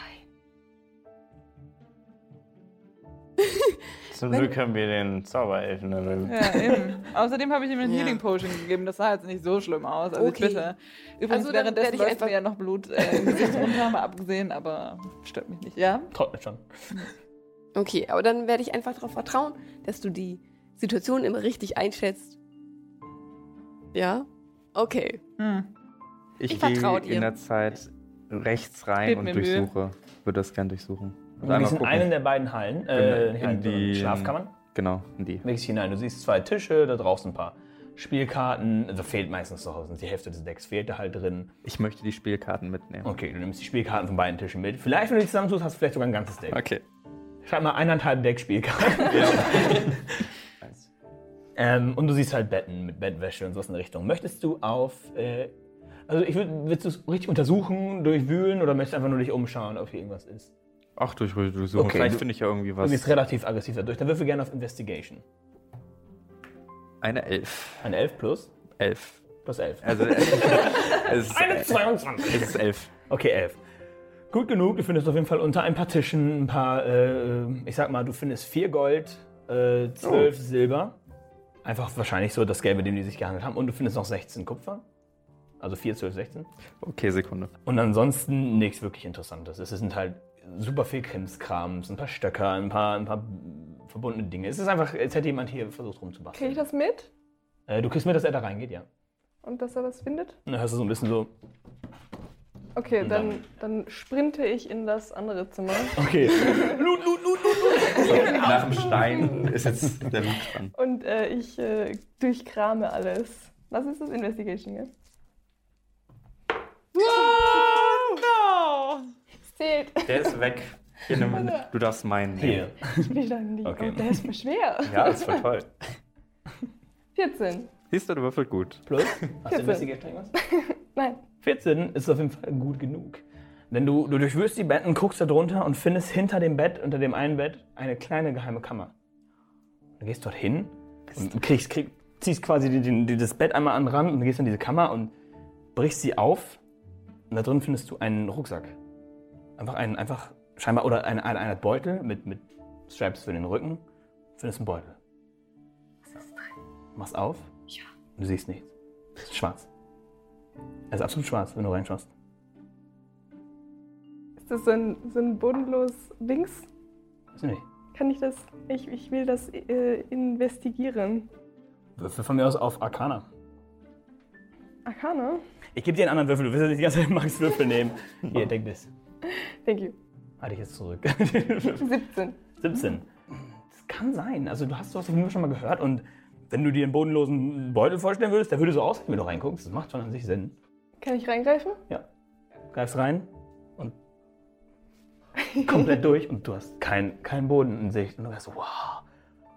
[SPEAKER 9] Zum Glück haben wir den Zauberelfen. ne? Ja.
[SPEAKER 5] Ja, eben. Außerdem habe ich ihm eine Healing Potion gegeben. Das sah jetzt nicht so schlimm aus. Also
[SPEAKER 7] Okay.
[SPEAKER 5] ich bitte. Übrigens,
[SPEAKER 7] Also dann werd
[SPEAKER 5] währenddessen
[SPEAKER 7] ich
[SPEAKER 5] läuft
[SPEAKER 7] einfach-
[SPEAKER 5] mir ja noch Blut äh, im Gesicht runter, mal abgesehen, aber stört mich nicht. Ja?
[SPEAKER 3] Trocknet schon.
[SPEAKER 7] Okay, aber dann werde ich einfach darauf vertrauen, dass du die Situation immer richtig einschätzt. Ja? Okay.
[SPEAKER 5] Hm.
[SPEAKER 7] Ich
[SPEAKER 8] gehe
[SPEAKER 7] vertraue dir.
[SPEAKER 8] in der Zeit rechts rein
[SPEAKER 5] Gib
[SPEAKER 8] und
[SPEAKER 5] mir
[SPEAKER 8] durchsuche. Würde das gern durchsuchen. Und
[SPEAKER 3] Du
[SPEAKER 8] einmal
[SPEAKER 3] gehst in
[SPEAKER 8] gucken.
[SPEAKER 3] einen der beiden Hallen, äh,
[SPEAKER 8] In-
[SPEAKER 3] nicht
[SPEAKER 8] in
[SPEAKER 3] Hallen, sondern
[SPEAKER 8] die-
[SPEAKER 3] Schlafkammern.
[SPEAKER 8] Genau, in die.
[SPEAKER 3] Legst dich hinein. Du siehst zwei Tische, da draußen ein paar Spielkarten. Also fehlt meistens zu Hause. Die Hälfte des Decks fehlt da halt drin.
[SPEAKER 8] Ich möchte die Spielkarten mitnehmen.
[SPEAKER 3] Okay, du nimmst die Spielkarten von beiden Tischen mit. Vielleicht, wenn du die zusammentust, hast du vielleicht sogar ein ganzes Deck.
[SPEAKER 8] Okay.
[SPEAKER 3] Schreib mal eineinhalb Deck Spielkarten. ähm, und du siehst halt Betten mit Bettwäsche und sowas in der Richtung. Möchtest du auf. Äh, also, ich würd, willst du es richtig untersuchen, durchwühlen oder möchtest du einfach nur dich umschauen, ob hier irgendwas ist?
[SPEAKER 8] Ach, durch, durchsuchen.
[SPEAKER 3] Okay,
[SPEAKER 8] Vielleicht
[SPEAKER 3] du-
[SPEAKER 8] finde ich ja irgendwie
[SPEAKER 3] Du
[SPEAKER 8] was.
[SPEAKER 3] bist relativ aggressiv dadurch. Dann würfel gerne auf Investigation.
[SPEAKER 8] Eine Elf.
[SPEAKER 3] Ein 11 plus?
[SPEAKER 8] Elf.
[SPEAKER 3] Plus 11.
[SPEAKER 8] Also, es ist,
[SPEAKER 3] Eine
[SPEAKER 8] es
[SPEAKER 3] 22.
[SPEAKER 8] ist elf.
[SPEAKER 3] Okay, elf. Gut genug, du findest auf jeden Fall unter ein paar Tischen ein paar, äh, ich sag mal, du findest vier Gold, äh, zwölf Silber. Einfach wahrscheinlich so das Geld, mit dem die sich gehandelt haben. Und du findest noch 16 Kupfer. Also 4, 12, 16.
[SPEAKER 8] Okay, Sekunde.
[SPEAKER 3] Und ansonsten nichts wirklich Interessantes. Es sind halt super viel Krimskrams, ein paar Stöcker, ein paar, ein paar verbundene Dinge. Es ist einfach, als hätte jemand hier versucht
[SPEAKER 6] Kriege ich
[SPEAKER 3] rumzubasteln.
[SPEAKER 6] das mit?
[SPEAKER 3] Äh, du kriegst mit, dass er da reingeht, ja.
[SPEAKER 6] Und dass er was findet?
[SPEAKER 3] Und dann hörst du so ein bisschen so,
[SPEAKER 6] Okay,
[SPEAKER 3] Und
[SPEAKER 6] dann, dann sprinte ich in das andere Zimmer.
[SPEAKER 3] okay.
[SPEAKER 8] Nach dem Stein ist jetzt der Loot dran.
[SPEAKER 6] Und äh, ich äh, durchkrame alles. Was ist das? Investigation, gell?
[SPEAKER 5] Oh,
[SPEAKER 6] Es zählt.
[SPEAKER 8] Der ist weg. Hier, nimm, du darfst meinen. nehmen.
[SPEAKER 3] Hier.
[SPEAKER 6] Ich dann nicht.
[SPEAKER 3] Okay.
[SPEAKER 6] Oh, der ist voll schwer.
[SPEAKER 8] Ja, das ist voll toll.
[SPEAKER 6] 14.
[SPEAKER 8] Siehst du, du würfelt gut.
[SPEAKER 3] Plus? Hast du
[SPEAKER 6] Vierzehn.
[SPEAKER 3] Investigation irgendwas?
[SPEAKER 6] Nein.
[SPEAKER 3] 14 ist auf jeden Fall gut genug. Denn du, du durchwühlst die Betten, guckst da drunter und findest hinter dem Bett, unter dem einen Bett, eine kleine geheime Kammer. Du gehst dorthin und kriegst, krieg, ziehst quasi die, die, die, das Bett einmal an den Rand und gehst in diese Kammer und brichst sie auf. Und da drin findest du einen Rucksack. Einfach einen, einfach scheinbar, oder eine, eine, eine Beutel mit, mit Straps für den Rücken. Findest einen Beutel. Machst auf. Ja. Du siehst nichts. Es ist schwarz. Er ist absolut schwarz, wenn du reinschaust.
[SPEAKER 6] Ist das so ein, so ein bodenlos Dings?
[SPEAKER 3] Weiß ich nicht.
[SPEAKER 6] Kann ich das? Ich, ich will das äh, investigieren.
[SPEAKER 3] Würfel von mir aus auf Arcana.
[SPEAKER 6] Arcana?
[SPEAKER 3] Ich gebe dir einen anderen Würfel, du wirst ja nicht die ganze Zeit Max Würfel nehmen. Hier, denk bis.
[SPEAKER 6] Thank you.
[SPEAKER 3] Halte ich jetzt zurück.
[SPEAKER 6] 17.
[SPEAKER 3] 17. Das kann sein. Also du hast sowas auf jeden Fall schon mal gehört und wenn du dir einen bodenlosen Beutel vorstellen würdest, der würde so aussehen, wenn du reinguckst. Das macht schon an sich Sinn.
[SPEAKER 6] Kann ich reingreifen?
[SPEAKER 3] Greifst rein und komplett durch und du hast keinen keinen Boden in Sicht. Und du weißt, wow,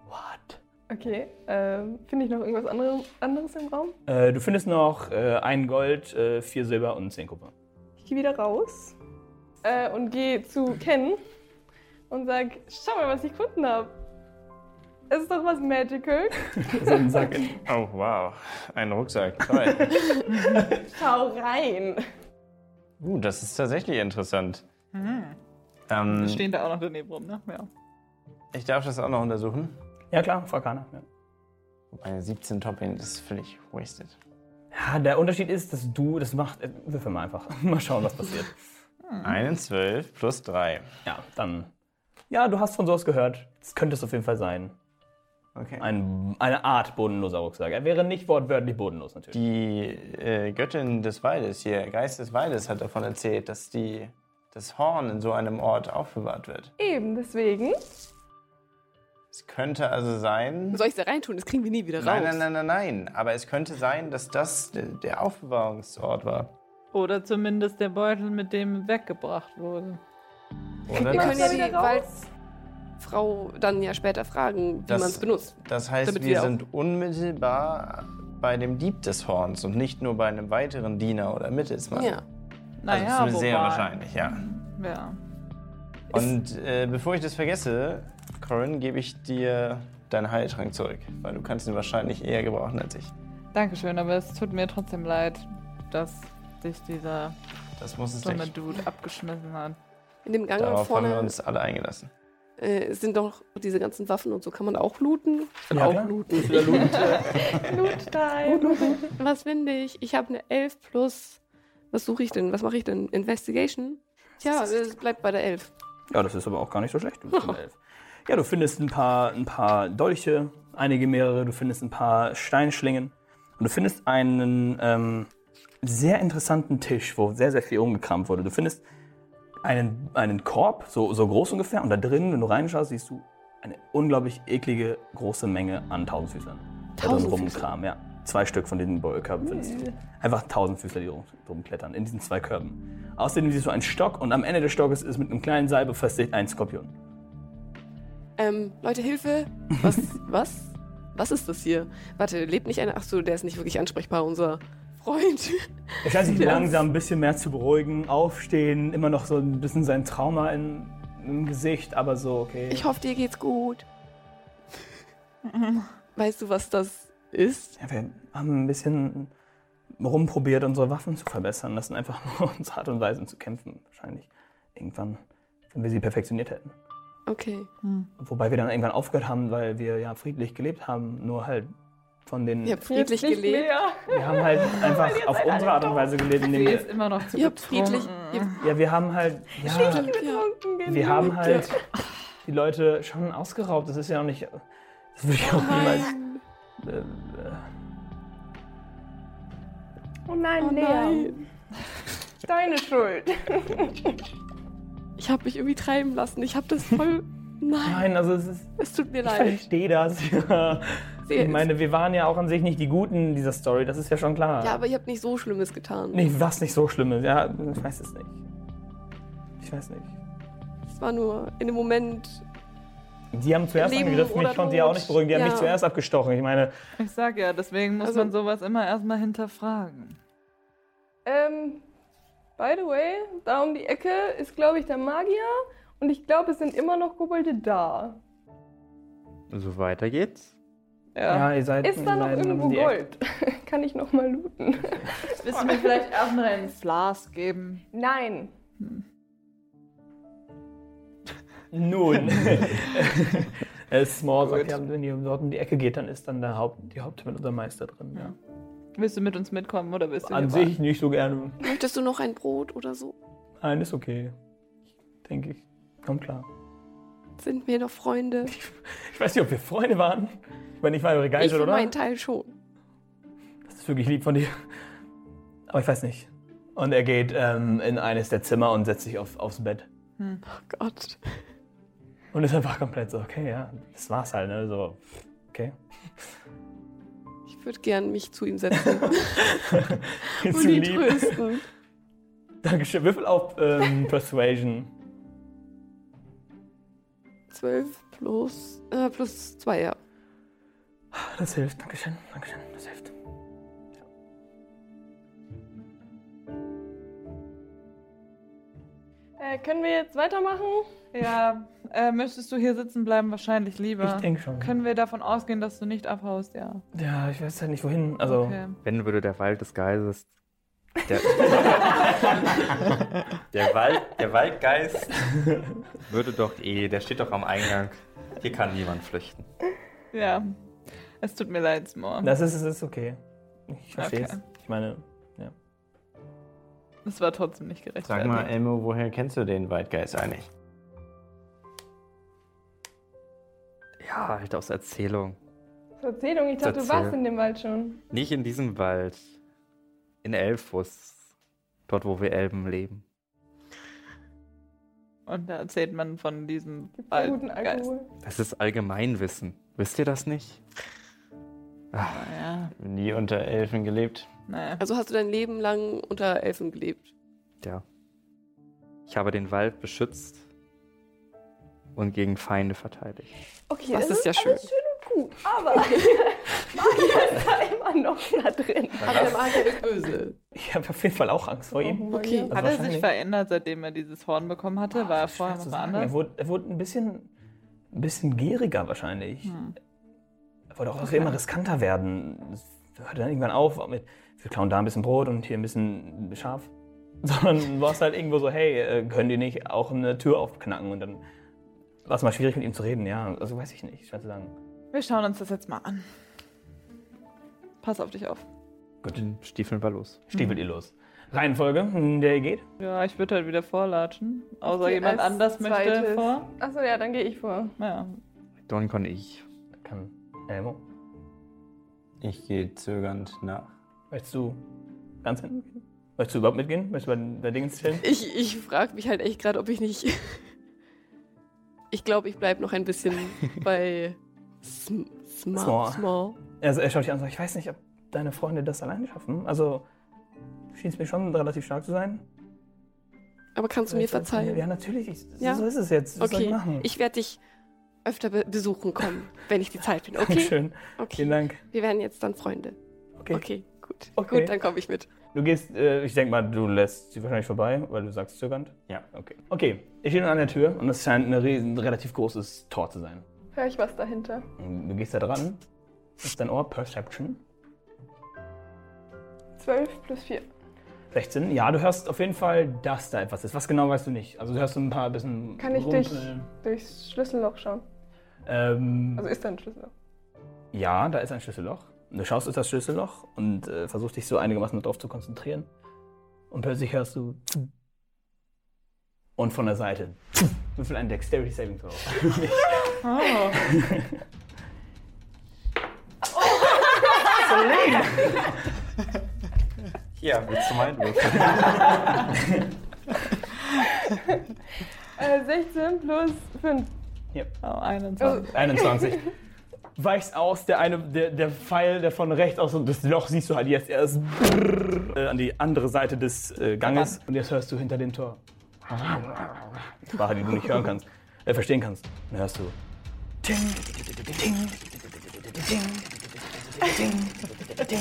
[SPEAKER 3] what?
[SPEAKER 6] Okay. ähm, Finde ich noch irgendwas andere, anderes im Raum?
[SPEAKER 3] Äh, du findest noch äh, ein Gold, äh, vier Silber und zehn Kupfer.
[SPEAKER 6] Ich gehe wieder raus äh, und gehe zu Ken und sag, schau mal, was ich gefunden habe. Es ist doch was Magical.
[SPEAKER 3] So ein Sack.
[SPEAKER 9] Oh, wow. Ein Rucksack. Toll.
[SPEAKER 6] Schau rein.
[SPEAKER 9] uh, das ist tatsächlich interessant.
[SPEAKER 5] Wir
[SPEAKER 9] Ähm,
[SPEAKER 5] stehen da auch noch daneben rum, ne? Ja.
[SPEAKER 9] ich darf das auch noch untersuchen.
[SPEAKER 3] Ja klar, auf Arcana. Ja.
[SPEAKER 9] Meine 17 Topping, das ist völlig wasted.
[SPEAKER 3] Ja, Ah, der Unterschied ist, dass du, das macht, äh, würfel mal einfach. mal schauen, was passiert.
[SPEAKER 9] Einen 12 plus 3.
[SPEAKER 3] Ja, dann. Ja, du hast von sowas gehört. Das könnte es auf jeden Fall sein.
[SPEAKER 9] Okay.
[SPEAKER 3] Ein, eine Art bodenloser Rucksack. Er wäre nicht wortwörtlich bodenlos, natürlich.
[SPEAKER 9] Die äh, Göttin des Waldes hier, Geist des Waldes, hat davon erzählt, dass die, das Horn in so einem Ort aufbewahrt wird.
[SPEAKER 6] Eben, deswegen.
[SPEAKER 9] Es könnte also sein.
[SPEAKER 7] Soll ich da reintun? Das kriegen wir nie wieder raus.
[SPEAKER 9] Nein, nein, nein, nein, nein. Aber es könnte sein, dass das der- der Aufbewahrungsort war.
[SPEAKER 5] Oder zumindest der Beutel, mit dem weggebracht wurde.
[SPEAKER 9] Oder
[SPEAKER 7] Wir
[SPEAKER 6] Mach's
[SPEAKER 7] können
[SPEAKER 9] das,
[SPEAKER 7] ja
[SPEAKER 6] da
[SPEAKER 7] die
[SPEAKER 6] wieder raus.
[SPEAKER 7] Waldfrau dann ja später fragen, wie
[SPEAKER 9] Das-
[SPEAKER 7] man es benutzt.
[SPEAKER 9] das heißt,
[SPEAKER 7] Damit
[SPEAKER 9] wir,
[SPEAKER 7] wir auch-
[SPEAKER 9] sind unmittelbar bei dem Dieb des Horns und nicht nur bei einem weiteren Diener oder Mittelsmann.
[SPEAKER 7] Ja.
[SPEAKER 9] Also
[SPEAKER 5] Naja,
[SPEAKER 9] das ist sehr
[SPEAKER 5] wobei-
[SPEAKER 9] wahrscheinlich, ja.
[SPEAKER 5] Ja.
[SPEAKER 9] Und äh, bevor ich das vergesse, Corin, gebe ich dir deinen Heiltrank zurück, weil du kannst ihn wahrscheinlich eher gebrauchen als ich.
[SPEAKER 5] Dankeschön, aber es tut mir trotzdem leid, dass dich dieser
[SPEAKER 9] Das muss es
[SPEAKER 5] dumme
[SPEAKER 9] nicht.
[SPEAKER 5] Dude abgeschmissen hat.
[SPEAKER 7] In dem Gang
[SPEAKER 9] Darauf haben wir
[SPEAKER 7] vorne
[SPEAKER 9] uns alle eingelassen.
[SPEAKER 7] Äh, sind doch diese ganzen Waffen und so, kann man auch looten? Ich will
[SPEAKER 3] Ja,
[SPEAKER 7] auch
[SPEAKER 3] klar.
[SPEAKER 7] looten.
[SPEAKER 6] Loot
[SPEAKER 7] Oh,
[SPEAKER 6] Time.
[SPEAKER 7] Was finde ich? Ich habe eine 11 plus. Was suche ich denn? Was mache ich denn? Investigation? Tja, es bleibt bei der 11.
[SPEAKER 3] Ja, das ist aber auch gar nicht so schlecht. Du bist schon elf. Ja, du findest ein paar, ein paar Dolche, einige mehrere, du findest ein paar Steinschlingen und du findest einen ähm, sehr interessanten Tisch, wo sehr, sehr viel umgekramt wurde. Du findest einen, einen Korb, so, so groß ungefähr, und da drin, wenn du reinschaust, siehst du eine unglaublich eklige, große Menge an Tausendfüßlern. Da drin
[SPEAKER 7] Tausendfüßler?
[SPEAKER 3] rumkramen, ja. Zwei Stück von diesen Beutelkörben findest du. Einfach Tausendfüßler, die rum- rumklettern, in diesen zwei Körben. Außerdem siehst du einen Stock und am Ende des Stockes ist mit einem kleinen Seil befestigt ein Skorpion.
[SPEAKER 7] Ähm, Leute, Hilfe! Was? was? Was ist das hier? Warte, lebt nicht einer. Ach so, der ist nicht wirklich ansprechbar, unser Freund.
[SPEAKER 3] Er scheint sich langsam ein bisschen mehr zu beruhigen, aufstehen, immer noch so ein bisschen sein Trauma in, im Gesicht, aber so, okay.
[SPEAKER 7] Ich hoffe, dir geht's gut. Weißt du, was das ist?
[SPEAKER 3] ja, wir haben ein bisschen rumprobiert, unsere Waffen zu verbessern. Das sind einfach nur unsere Art und Weise zu kämpfen, wahrscheinlich. Irgendwann, wenn wir sie perfektioniert hätten.
[SPEAKER 7] Okay.
[SPEAKER 3] Wobei wir dann irgendwann aufgehört haben, weil wir ja friedlich gelebt haben, nur halt von den.
[SPEAKER 7] Ihr habt friedlich
[SPEAKER 6] Jetzt nicht
[SPEAKER 7] gelebt.
[SPEAKER 6] mehr.
[SPEAKER 3] Wir haben halt einfach auf unsere Art und Weise gelebt, indem
[SPEAKER 5] Die ist
[SPEAKER 3] wir.
[SPEAKER 5] immer noch zu
[SPEAKER 7] Ihr habt
[SPEAKER 5] betrunken.
[SPEAKER 7] friedlich. Ihr habt
[SPEAKER 3] Ja, wir haben halt. Ja,
[SPEAKER 7] friedlich ja.
[SPEAKER 3] wir haben halt die Leute schon ausgeraubt. Das ist ja auch nicht. Das würde
[SPEAKER 7] Oh
[SPEAKER 3] ich auch niemals. Äh,
[SPEAKER 6] Oh nein,
[SPEAKER 7] Oh
[SPEAKER 6] Lea.
[SPEAKER 7] nein.
[SPEAKER 6] Deine Schuld.
[SPEAKER 7] Ich habe mich irgendwie treiben lassen. Ich habe das voll. Nein,
[SPEAKER 3] Nein, also es ist.
[SPEAKER 7] es tut mir
[SPEAKER 3] Ich
[SPEAKER 7] leid.
[SPEAKER 3] verstehe das. Ja.
[SPEAKER 7] Sehr-
[SPEAKER 3] Ich meine, wir waren ja auch an sich nicht die Guten dieser Story, das ist ja schon klar.
[SPEAKER 7] Ja, aber ihr habt nicht so Schlimmes getan.
[SPEAKER 3] Nee, was nicht so schlimm ist. Ja, ich weiß es nicht. Ich weiß nicht.
[SPEAKER 7] Es war nur in dem Moment.
[SPEAKER 3] Die haben zuerst
[SPEAKER 7] Leben
[SPEAKER 3] angegriffen,
[SPEAKER 7] oder
[SPEAKER 3] ich konnte die ja auch
[SPEAKER 7] Tod.
[SPEAKER 3] nicht beruhigen. Die haben
[SPEAKER 7] Ja.
[SPEAKER 3] mich zuerst abgestochen. Ich meine,
[SPEAKER 5] Ich sag ja, deswegen muss
[SPEAKER 7] Also-
[SPEAKER 5] man sowas immer erstmal hinterfragen.
[SPEAKER 6] Ähm, by the way, da um die Ecke ist, glaube ich, der Magier. Und ich glaube, es sind immer noch Kobolde da.
[SPEAKER 8] So weiter geht's.
[SPEAKER 5] Ja.
[SPEAKER 3] ja, ihr seid.
[SPEAKER 6] Ist da
[SPEAKER 3] ihr
[SPEAKER 6] noch
[SPEAKER 3] seid
[SPEAKER 6] irgendwo
[SPEAKER 3] um die Ecke.
[SPEAKER 6] Gold? Kann ich noch mal looten?
[SPEAKER 5] Willst du mir vielleicht erstmal einen Flas geben?
[SPEAKER 6] Nein.
[SPEAKER 3] Nun. Äh, Small sagt, ja, wenn ihr dort um die Ecke geht, dann ist dann der Haupt, die Hauptwelt unser Meister drin. Ja.
[SPEAKER 5] Willst du mit uns mitkommen oder willst du
[SPEAKER 3] An
[SPEAKER 5] hier
[SPEAKER 3] sich nicht so gerne.
[SPEAKER 7] Möchtest du noch ein Brot oder so?
[SPEAKER 3] Nein, ist okay. Denke ich. Kommt klar.
[SPEAKER 7] Sind wir noch Freunde?
[SPEAKER 3] Ich weiß nicht, ob wir Freunde waren. Ich meine, ich war eure
[SPEAKER 7] Ich
[SPEAKER 3] Geisel,
[SPEAKER 7] für
[SPEAKER 3] oder?
[SPEAKER 7] meinen Teil schon.
[SPEAKER 3] Das ist wirklich lieb von dir. Aber ich weiß nicht. Und er geht ähm, in eines der Zimmer und setzt sich auf, aufs Bett.
[SPEAKER 5] Hm.
[SPEAKER 7] Oh Gott.
[SPEAKER 3] Und ist einfach komplett so, okay, ja, das war's halt, ne? So, okay.
[SPEAKER 7] Ich würde gern mich zu ihm setzen
[SPEAKER 3] Viel
[SPEAKER 7] und
[SPEAKER 3] zu
[SPEAKER 7] ihn
[SPEAKER 3] lieb.
[SPEAKER 7] trösten.
[SPEAKER 3] Dankeschön. Würfel auf ähm, Persuasion.
[SPEAKER 7] 12 plus. Äh, plus 2, ja.
[SPEAKER 3] Das hilft. Dankeschön, Dankeschön, das hilft.
[SPEAKER 6] Äh, können wir jetzt weitermachen?
[SPEAKER 5] Ja, äh, möchtest du hier sitzen bleiben? Wahrscheinlich lieber.
[SPEAKER 3] Ich denke schon.
[SPEAKER 5] Können wir davon ausgehen, dass du nicht abhaust? Ja.
[SPEAKER 3] Ja, ich weiß halt nicht wohin. Also,
[SPEAKER 5] Okay.
[SPEAKER 8] Wenn würde der Wald des Geistes. Der, der, Wald, der Waldgeist würde doch eh, der steht doch am Eingang. Hier kann niemand flüchten.
[SPEAKER 5] Ja. Es tut mir leid, Smor.
[SPEAKER 3] das ist, es ist okay. Ich verstehe
[SPEAKER 5] Okay.
[SPEAKER 3] Ich meine,
[SPEAKER 5] Es war trotzdem nicht
[SPEAKER 9] Sag mal,
[SPEAKER 5] gerechtfertigt.
[SPEAKER 9] Elmo, woher kennst du den Waldgeist eigentlich?
[SPEAKER 8] Ja, halt aus Erzählung.
[SPEAKER 6] Zur Erzählung, ich dachte, du
[SPEAKER 8] Erzähl.
[SPEAKER 6] warst in dem Wald schon.
[SPEAKER 8] Nicht in diesem Wald. In Elfus. Dort, wo wir Elben leben.
[SPEAKER 5] Und da erzählt man von diesem
[SPEAKER 6] Gibt's da
[SPEAKER 5] alten
[SPEAKER 6] guten
[SPEAKER 5] Geist.
[SPEAKER 6] Alkohol?
[SPEAKER 8] Das ist Allgemeinwissen. Wisst ihr das nicht?
[SPEAKER 5] Ja,
[SPEAKER 9] Nie unter Elfen gelebt.
[SPEAKER 5] naja.
[SPEAKER 7] Also hast du dein Leben lang unter Elfen gelebt.
[SPEAKER 8] Ja. Ich habe den Wald beschützt und gegen Feinde verteidigt.
[SPEAKER 6] Okay,
[SPEAKER 7] Das
[SPEAKER 6] es
[SPEAKER 7] ist ja schön.
[SPEAKER 6] alles schön und gut, aber Magier ist da immer noch da drin.
[SPEAKER 7] Aber der Magier ist böse.
[SPEAKER 3] ich habe auf jeden Fall auch Angst vor
[SPEAKER 6] Mhm.
[SPEAKER 3] ihm. Also
[SPEAKER 7] Okay.
[SPEAKER 5] Hat er sich
[SPEAKER 3] wahrscheinlich-
[SPEAKER 5] verändert, seitdem er dieses Horn bekommen hatte? War er vorher
[SPEAKER 3] Schwer
[SPEAKER 5] noch
[SPEAKER 3] zu
[SPEAKER 5] mal
[SPEAKER 3] sagen. Er
[SPEAKER 5] anders?
[SPEAKER 3] wurde, er wurde ein bisschen, ein bisschen gieriger wahrscheinlich.
[SPEAKER 5] Hm.
[SPEAKER 3] Er wollte auch immer riskanter werden. Das hörte dann irgendwann auf mit, wir klauen da ein bisschen Brot und hier ein bisschen Schaf. Sondern du warst halt irgendwo so, hey, äh, können die nicht auch eine Tür aufknacken und dann War es mal schwierig, mit ihm zu reden, ja. Also weiß ich nicht, schwer zu sagen.
[SPEAKER 5] Wir schauen uns das jetzt mal an. Pass auf dich auf.
[SPEAKER 10] Gut, den Stiefeln war los.
[SPEAKER 3] Stiefelt ihr
[SPEAKER 5] Hm.
[SPEAKER 3] los. Reihenfolge, in der ihr geht?
[SPEAKER 5] Ja, ich würde halt wieder vorlatschen. Außer
[SPEAKER 6] Okay,
[SPEAKER 5] jemand
[SPEAKER 6] als
[SPEAKER 5] anders möchte
[SPEAKER 6] zweites.
[SPEAKER 5] vor.
[SPEAKER 6] Achso, ja, dann gehe ich vor.
[SPEAKER 5] Ja.
[SPEAKER 10] Don kann ich.
[SPEAKER 3] Kann Elmo.
[SPEAKER 9] Ich gehe zögernd nach.
[SPEAKER 3] Möchtest du ganz hinten gehen? Möchtest du überhaupt mitgehen? Möchtest du bei der Dings chillen?
[SPEAKER 7] Ich, ich frage mich halt echt gerade, ob ich nicht. Ich glaube, ich bleibe noch ein bisschen bei sm
[SPEAKER 3] Small.
[SPEAKER 7] Small. Small.
[SPEAKER 3] Also er schaut dich an und sagt, ich weiß nicht, ob deine Freunde das alleine schaffen. Also schien es mir schon relativ stark zu sein.
[SPEAKER 7] Aber kannst du mir verzeihen?
[SPEAKER 3] Ja, natürlich. Ich,
[SPEAKER 7] Ja.
[SPEAKER 3] So ist es jetzt. Was soll ich machen?
[SPEAKER 7] Okay, ich werde dich öfter be besuchen kommen, wenn ich die Zeit bin. Okay,
[SPEAKER 3] Dankeschön. Vielen
[SPEAKER 7] okay.
[SPEAKER 3] Dank.
[SPEAKER 7] Wir werden jetzt dann Freunde.
[SPEAKER 3] Okay.
[SPEAKER 7] Okay, gut.
[SPEAKER 3] Okay.
[SPEAKER 7] Gut, dann komme ich mit.
[SPEAKER 3] Du gehst, äh, ich denke mal, du lässt sie wahrscheinlich vorbei, weil du sagst zögernd.
[SPEAKER 9] Ja.
[SPEAKER 3] Okay. Okay, ich stehe nun an der Tür und es scheint ein riesen- relativ großes Tor zu sein.
[SPEAKER 6] Hör ich was dahinter?
[SPEAKER 3] Und Du gehst da dran. Das ist dein Ohr, Perception.
[SPEAKER 6] 12 plus 4.
[SPEAKER 3] 16. Ja, du hörst auf jeden Fall, dass da etwas ist. Was genau weißt du nicht? Also du hörst so ein paar bisschen.
[SPEAKER 6] Kann ich
[SPEAKER 3] Rumpel.
[SPEAKER 6] dich durchs Schlüsselloch schauen?
[SPEAKER 3] Ähm,
[SPEAKER 6] Also ist da ein Schlüsselloch.
[SPEAKER 3] Ja, da ist ein Schlüsselloch. Du schaust durch das Schlüsselloch und äh, versuchst dich so einigermaßen darauf zu konzentrieren. Und plötzlich hörst du. Und von der Seite. Würfel ein Dexterity Saving Throw.
[SPEAKER 5] Oh.
[SPEAKER 10] Ja, willst du meinen Würfel?
[SPEAKER 6] Äh, 16 plus 5.
[SPEAKER 5] oh, 21.
[SPEAKER 3] 21. Weichst aus, der eine, der, der Pfeil, der von rechts aus, und das Loch siehst du halt jetzt erst äh, an die andere Seite des äh, Ganges. Und jetzt hörst du hinter dem Tor. Sprache, die du nicht hören kannst, äh, verstehen kannst. Und dann hörst du. Ting, ting, ting, ting, ting.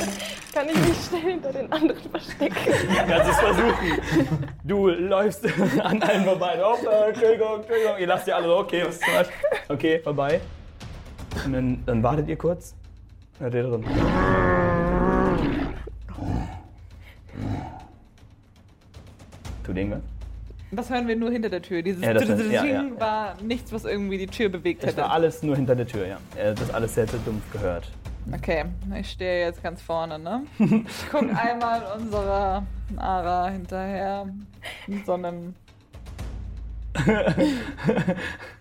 [SPEAKER 6] Kann ich mich schnell hinter den anderen verstecken?
[SPEAKER 3] Kannst es versuchen. Du läufst an allen vorbei. Hopp, äh, Entschuldigung, Entschuldigung. Ihr lasst ja alle so, okay, was ist das? Okay, vorbei. Und dann, dann wartet ihr kurz. Hört ihr drin. Tu den Gang.
[SPEAKER 5] Was hören wir nur hinter der Tür? Dieses
[SPEAKER 3] Ja, das ist- ja, ja, ja.
[SPEAKER 5] war nichts, was irgendwie die Tür bewegt
[SPEAKER 3] Das
[SPEAKER 5] hätte.
[SPEAKER 3] war alles nur hinter der Tür, ja. Äh, Das alles sehr, sehr dumpf gehört.
[SPEAKER 5] Okay, ich stehe jetzt ganz vorne, ne? Ich guck einmal unserer Ara hinterher mit so einem.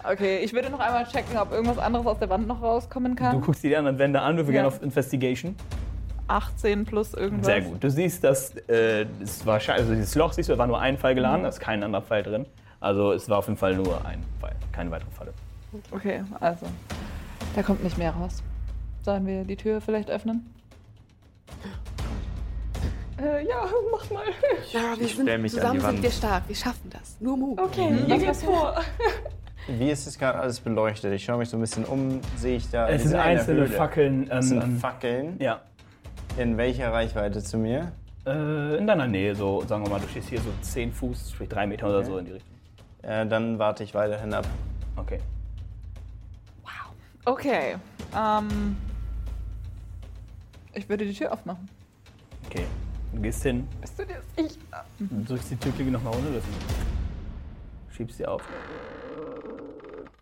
[SPEAKER 5] Okay, ich würde noch einmal checken, ob irgendwas anderes aus der Wand noch rauskommen
[SPEAKER 3] Du
[SPEAKER 5] kann.
[SPEAKER 3] guckst dir die anderen Wände an, wir gerne
[SPEAKER 5] Ja.
[SPEAKER 3] auf Investigation.
[SPEAKER 5] 18 plus irgendwas.
[SPEAKER 3] Sehr gut. Du siehst, dass äh, es war sche- also dieses Loch siehst du, da war nur ein Pfeil geladen, da ist kein anderer Pfeil drin. Also es war auf jeden Fall nur ein Pfeil, keine weitere Falle.
[SPEAKER 5] Okay, also. Da kommt nicht mehr raus. Sollen wir die Tür vielleicht öffnen?
[SPEAKER 6] Äh, ja, mach mal.
[SPEAKER 7] Ja, wir
[SPEAKER 10] stell mich an die
[SPEAKER 7] zusammen
[SPEAKER 10] Wand.
[SPEAKER 7] sind wir stark. Wir schaffen das. Nur Mut.
[SPEAKER 6] Okay, ich gehe vor.
[SPEAKER 9] Wie ist es gerade alles beleuchtet? Ich schaue mich so ein bisschen um, sehe ich da.
[SPEAKER 3] Es
[SPEAKER 9] diese
[SPEAKER 3] sind
[SPEAKER 9] eine
[SPEAKER 3] einzelne
[SPEAKER 9] Höhle.
[SPEAKER 3] Fackeln. Ähm,
[SPEAKER 9] Es sind
[SPEAKER 3] ähm,
[SPEAKER 9] Fackeln.
[SPEAKER 3] ja.
[SPEAKER 9] In welcher Reichweite zu mir?
[SPEAKER 3] Äh, in deiner Nähe, so sagen wir mal, du stehst hier so 10 Fuß, sprich 3 Meter oder so in die Richtung.
[SPEAKER 9] Äh, dann warte ich weiterhin ab.
[SPEAKER 3] Okay.
[SPEAKER 5] Okay. Ähm. Ich würde die Tür aufmachen.
[SPEAKER 3] Okay. Du gehst hin,
[SPEAKER 5] Bist du dir sicher?
[SPEAKER 6] Ich,
[SPEAKER 3] du drückst die Türklinke nochmal runter, das schiebst sie auf.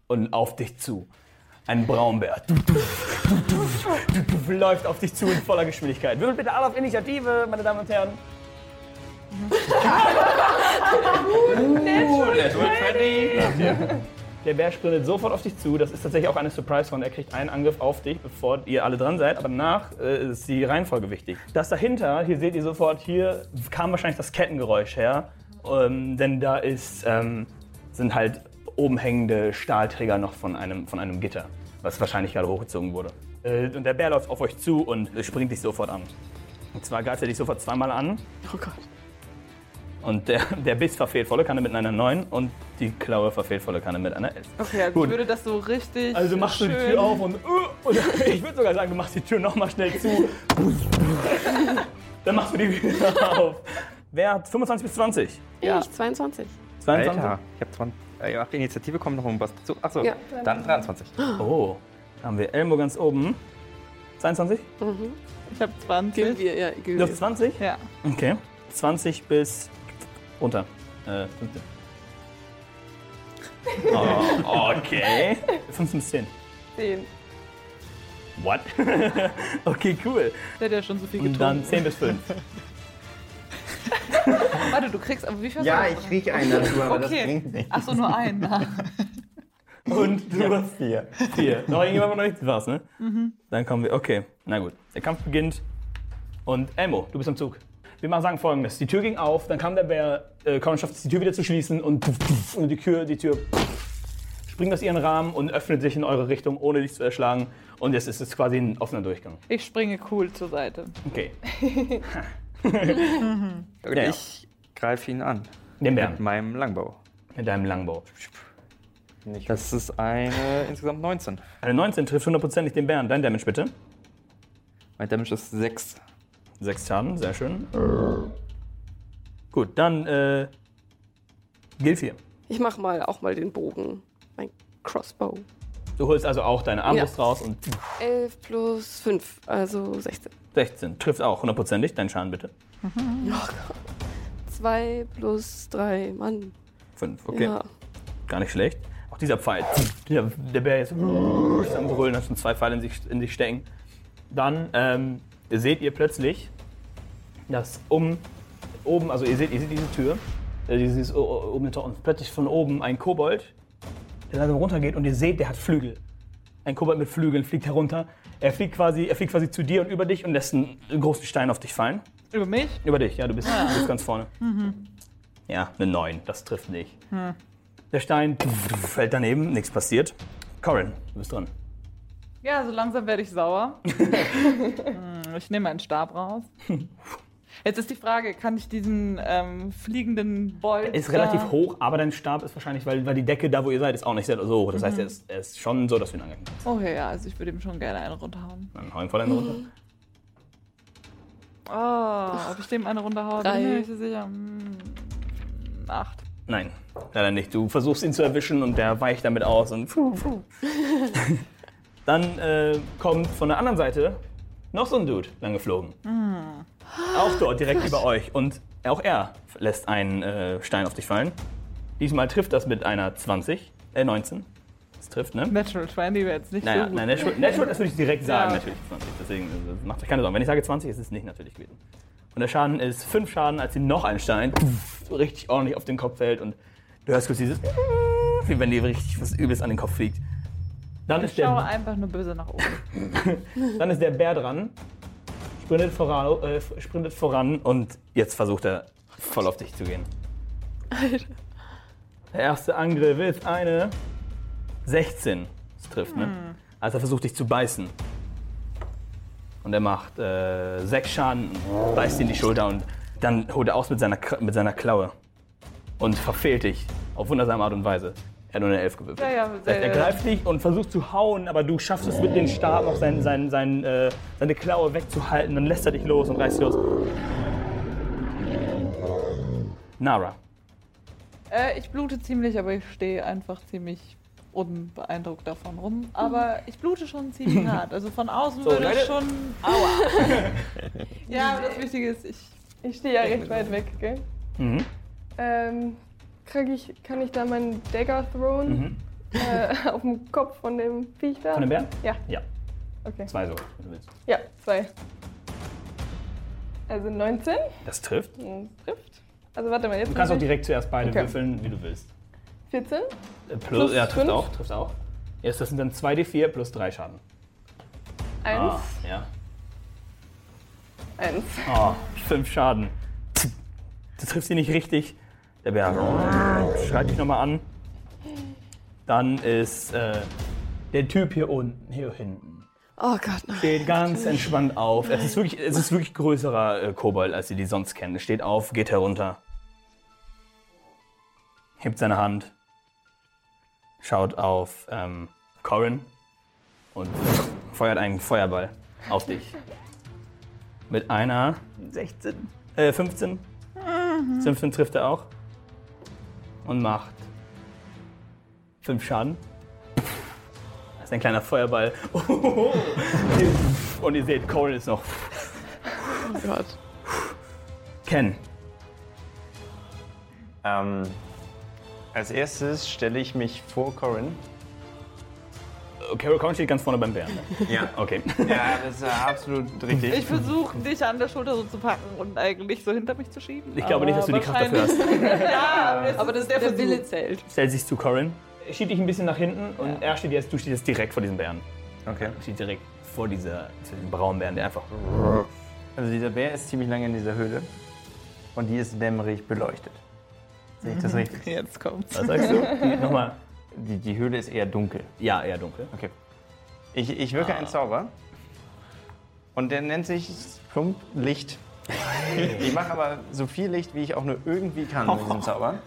[SPEAKER 3] Und auf dich zu. Ein Braunbär. Du, du, du, du, du, du, läuft auf dich zu in voller Geschwindigkeit. Würfel bitte alle auf Initiative, meine Damen und Herren. Der Bär sprintet sofort auf dich zu. Das ist tatsächlich auch eine Surprise Round. Er kriegt einen Angriff auf dich, bevor ihr alle dran seid. Aber danach äh, ist die Reihenfolge wichtig. Das dahinter, hier seht ihr sofort, hier kam wahrscheinlich das Kettengeräusch her. Ähm, denn da ist, ähm, sind halt oben hängende Stahlträger noch von einem, von einem Gitter, was wahrscheinlich gerade hochgezogen wurde. Äh, und der Bär läuft auf euch zu und springt dich sofort an. Und zwar greift er dich sofort zweimal an.
[SPEAKER 7] Oh Gott.
[SPEAKER 3] Und der, der Biss verfehlt volle Kanne mit einer 9 und die Klaue verfehlt volle Kanne mit einer 11.
[SPEAKER 5] Okay, also
[SPEAKER 3] Gut.
[SPEAKER 5] ich würde das so richtig.
[SPEAKER 3] Also machst du
[SPEAKER 5] schön
[SPEAKER 3] die Tür auf und, äh, und ich würde sogar sagen, du machst die Tür nochmal schnell zu. Dann machst du die wieder auf. Wer hat 25 bis 20?
[SPEAKER 5] Ja.
[SPEAKER 7] Ich, 22.
[SPEAKER 3] 22?
[SPEAKER 10] Alter, ich hab 20. Äh, nach der Initiative kommt noch irgendwas dazu. Achso,
[SPEAKER 7] Ja.
[SPEAKER 10] dann 23.
[SPEAKER 3] Oh, da haben wir Elmo ganz oben. 22?
[SPEAKER 5] Ich habe 20.
[SPEAKER 7] Gehen wir, ja, gehen
[SPEAKER 3] Du
[SPEAKER 7] wir.
[SPEAKER 3] hast 20?
[SPEAKER 5] Ja.
[SPEAKER 3] Okay. 20 bis runter. Äh, 15. Oh, okay. 5 bis 10.
[SPEAKER 6] 10.
[SPEAKER 3] What? okay, cool.
[SPEAKER 5] Der hat ja schon so viel
[SPEAKER 3] Und
[SPEAKER 5] getrunken.
[SPEAKER 3] dann 10 bis 5.
[SPEAKER 5] Warte, du kriegst aber wie viel?
[SPEAKER 9] Ja,
[SPEAKER 5] hast du
[SPEAKER 9] ich krieg einen dazu, aber das
[SPEAKER 5] Okay.
[SPEAKER 9] bringt nichts.
[SPEAKER 5] Achso, nur einen.
[SPEAKER 3] Und du hast
[SPEAKER 9] Vier.
[SPEAKER 3] 4. Noch irgendjemand von euch? Das war's, ne? Dann kommen wir. Okay, na gut. Der Kampf beginnt. Und Elmo, du bist am Zug. Wir mal sagen folgendes: Die Tür ging auf, dann kam der Bär, äh, Conan schafft es, die Tür wieder zu schließen und, puff, puff, und die Tür, die Tür puff, springt aus ihren Rahmen und öffnet sich in eure Richtung, ohne dich zu erschlagen. Und jetzt ist es quasi ein offener Durchgang.
[SPEAKER 5] Ich springe cool zur Seite.
[SPEAKER 3] Okay.
[SPEAKER 8] Und ich greife ihn an.
[SPEAKER 3] Den
[SPEAKER 8] Mit
[SPEAKER 3] Bären
[SPEAKER 8] meinem Langbau.
[SPEAKER 3] mit deinem Langbau.
[SPEAKER 8] Das ist eine insgesamt 19.
[SPEAKER 3] Eine 19 trifft hundertprozentig den Bären. Dein Damage bitte.
[SPEAKER 8] Mein Damage ist 6.
[SPEAKER 3] Sechs Schaden, sehr schön. Gut, dann äh, Gilfir.
[SPEAKER 7] Ich mach mal auch mal den Bogen. Mein Crossbow.
[SPEAKER 3] Du holst also auch deine Armbrust raus und
[SPEAKER 7] 11 plus 5, also 16.
[SPEAKER 3] 16. Trifft auch hundertprozentig. Dein Schaden bitte.
[SPEAKER 7] 2 plus 3, Mann.
[SPEAKER 3] 5. Okay,
[SPEAKER 7] Ja.
[SPEAKER 3] gar nicht schlecht. Auch dieser Pfeil. Der, der Bär ist am Brüllen, hat schon zwei Pfeile in sich, in sich stecken. Dann ähm, seht ihr plötzlich, dass um, oben, also ihr seht, ihr seht diese Tür, äh, dieses o- o- oben Tor, und plötzlich von oben ein Kobold, der langsam runtergeht und ihr seht, der hat Flügel. Ein Kobold mit Flügeln fliegt herunter. Er fliegt quasi, er fliegt quasi zu dir und über dich und lässt einen großen Stein auf dich fallen.
[SPEAKER 5] Über mich?
[SPEAKER 3] Über dich, ja, du bist, du bist ganz vorne. Ja, eine 9, das trifft nicht. Der Stein fällt daneben, nichts passiert. Corin, du bist dran.
[SPEAKER 5] Ja, so langsam werde ich sauer. Hm, ich nehme meinen Stab raus. Jetzt ist die Frage, kann ich diesen ähm, fliegenden Bolt... äh,
[SPEAKER 3] Ist
[SPEAKER 5] da-
[SPEAKER 3] relativ hoch, aber dein Stab ist wahrscheinlich, weil, weil die Decke da, wo ihr seid, ist auch nicht sehr so hoch. Das heißt, er ist, er ist schon so, dass du ihn angreifen kannst.
[SPEAKER 5] Okay, ja, also ich würde ihm schon gerne einen runterhauen.
[SPEAKER 3] Dann hau ihn voll einen runter.
[SPEAKER 5] Oh, ob ich dem eine runterhaue?
[SPEAKER 7] Drei.
[SPEAKER 5] Bin mir nicht so sicher. Hm, acht.
[SPEAKER 3] Nein, leider nicht. Du versuchst ihn zu erwischen und der weicht damit aus und. Dann äh, kommt von der anderen Seite noch so ein Dude langgeflogen. Auch dort, direkt über euch. Und auch er lässt einen äh, Stein auf dich fallen. Diesmal trifft das mit einer 20, äh 19. Das trifft, ne?
[SPEAKER 5] Natural 20 wäre jetzt nicht
[SPEAKER 3] Naja,
[SPEAKER 5] so gut.
[SPEAKER 3] nein, Natural, Natural, das würde ich direkt sagen,
[SPEAKER 5] Ja.
[SPEAKER 3] natürlich 20. Deswegen also, macht euch keine Sorgen. Wenn ich sage 20, ist es nicht natürlich gewesen. Und der Schaden ist 5 Schaden, als ihm noch ein Stein so richtig ordentlich auf den Kopf fällt und du hörst kurz dieses, wie wenn dir richtig was Übles an den Kopf fliegt. Dann
[SPEAKER 5] ich
[SPEAKER 3] ist,
[SPEAKER 5] schaue
[SPEAKER 3] der,
[SPEAKER 5] einfach nur böse nach oben.
[SPEAKER 3] dann ist der Bär dran, sprintet voran, äh, sprintet voran und jetzt versucht er voll auf dich zu gehen. Der erste Angriff ist eine 16. Das trifft, ne? Also er versucht dich zu beißen. Und er macht äh, sechs Schaden, beißt dir in die Schulter und dann holt er aus mit seiner, Kra- mit seiner Klaue. Und verfehlt dich auf wundersame Art und Weise. Er hat nur eine Elf gewürfelt.
[SPEAKER 5] Ja, ja,
[SPEAKER 3] das heißt, er
[SPEAKER 6] Äh.
[SPEAKER 5] sehr-
[SPEAKER 3] greift dich und versucht zu hauen, aber du schaffst es mit dem Stab noch sein, sein, sein, äh, seine Klaue wegzuhalten. Dann lässt er dich los und reißt dich los. Nara.
[SPEAKER 5] Äh, ich blute ziemlich, aber ich stehe einfach ziemlich unbeeindruckt davon rum. Aber ich blute schon ziemlich hart. Also von außen würde
[SPEAKER 3] Leute.
[SPEAKER 5] ich schon. Aua! ja, aber das Wichtige ist, ich.
[SPEAKER 6] Ich stehe ja recht weit weg, gell?
[SPEAKER 3] Mhm.
[SPEAKER 6] Ähm, krieg ich, kann ich da meinen Dagger throwen?
[SPEAKER 3] Mhm.
[SPEAKER 6] Äh, auf den Kopf von dem Viech da?
[SPEAKER 3] Von dem Bären?
[SPEAKER 6] Ja.
[SPEAKER 3] Ja.
[SPEAKER 6] Okay.
[SPEAKER 3] Zwei so, wenn du willst.
[SPEAKER 6] Ja, zwei. Also 19.
[SPEAKER 3] Das trifft.
[SPEAKER 6] Das trifft. Also warte mal, jetzt.
[SPEAKER 3] Du kannst auch
[SPEAKER 6] muss ich-
[SPEAKER 3] direkt zuerst beide
[SPEAKER 6] Okay.
[SPEAKER 3] würfeln, wie du willst.
[SPEAKER 6] 14.
[SPEAKER 3] Äh, Plus,
[SPEAKER 6] Plus
[SPEAKER 3] ja, trifft
[SPEAKER 6] fünf?
[SPEAKER 3] auch, trifft auch. Jetzt, das sind dann 2d4 plus 3 Schaden.
[SPEAKER 6] 1.
[SPEAKER 3] Ah, ja.
[SPEAKER 6] 1.
[SPEAKER 3] Ah, 5 Schaden. Du triffst ihn nicht richtig. Der Bär schreit dich nochmal an. Dann ist äh, der Typ hier unten, hier hinten.
[SPEAKER 7] Oh Gott, nein.
[SPEAKER 3] Steht ganz entspannt auf. Es ist wirklich, es ist wirklich größerer äh, Kobold, als ihr die sonst kennt. Steht auf, geht herunter. Hebt seine Hand. Schaut auf ähm, Corin. Und feuert einen Feuerball auf dich. Mit einer
[SPEAKER 5] 16.
[SPEAKER 3] äh, 15.
[SPEAKER 7] Mhm.
[SPEAKER 3] 15 trifft er auch. Und macht 5 Schaden. Das ist ein kleiner Feuerball. Und ihr seht, Corin ist noch.
[SPEAKER 7] Oh Gott.
[SPEAKER 3] Ken.
[SPEAKER 9] Ähm, Als erstes stelle ich mich vor Corin.
[SPEAKER 3] Okay, Corin steht ganz vorne beim Bären.
[SPEAKER 9] Ja.
[SPEAKER 3] Okay.
[SPEAKER 9] Ja, das ist äh, absolut richtig.
[SPEAKER 5] Ich versuche, dich an der Schulter so zu packen und eigentlich so hinter mich zu schieben.
[SPEAKER 3] Ich glaube nicht, dass du die Kraft dafür hast.
[SPEAKER 5] ja, aber das ist der, der Wille zählt.
[SPEAKER 3] Stellt sich zu Corin, schiebt dich ein bisschen nach hinten und er steht jetzt, du stehst jetzt direkt vor diesem Bären.
[SPEAKER 9] Okay.
[SPEAKER 3] Steht direkt vor dieser, diesem braunen Bären, der einfach.
[SPEAKER 9] Also dieser Bär ist ziemlich lange in dieser Höhle und die ist dämmerig beleuchtet. Sehe ich das richtig?
[SPEAKER 5] Jetzt kommt's.
[SPEAKER 3] Was sagst du? Die- Nochmal.
[SPEAKER 9] Die, die Höhle ist eher dunkel.
[SPEAKER 3] Ja, eher dunkel.
[SPEAKER 9] Okay. Ich, ich wirke einen Zauber. Und der nennt sich plump Licht. Ich mache aber so viel Licht, wie ich auch nur irgendwie kann mit diesem Zauber.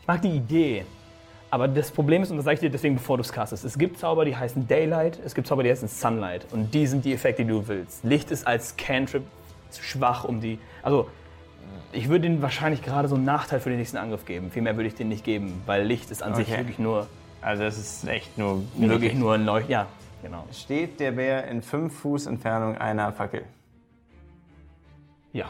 [SPEAKER 3] Ich mag die Idee. Aber das Problem ist, und das sage ich dir deswegen, bevor du es castest, es gibt Zauber, die heißen Daylight, es gibt Zauber, die heißen Sunlight. Und die sind die Effekte, die du willst. Licht ist als Cantrip zu schwach, um die. Also, ich würde denen wahrscheinlich gerade so einen Nachteil für den nächsten Angriff geben. Viel mehr würde ich denen nicht geben, weil Licht ist an sich
[SPEAKER 9] Okay.
[SPEAKER 3] wirklich nur.
[SPEAKER 9] Also das ist echt nur
[SPEAKER 3] Wirklich nur ein Leucht. Ja, genau.
[SPEAKER 9] Steht der Bär in fünf Fuß Entfernung einer Fackel.
[SPEAKER 3] Ja.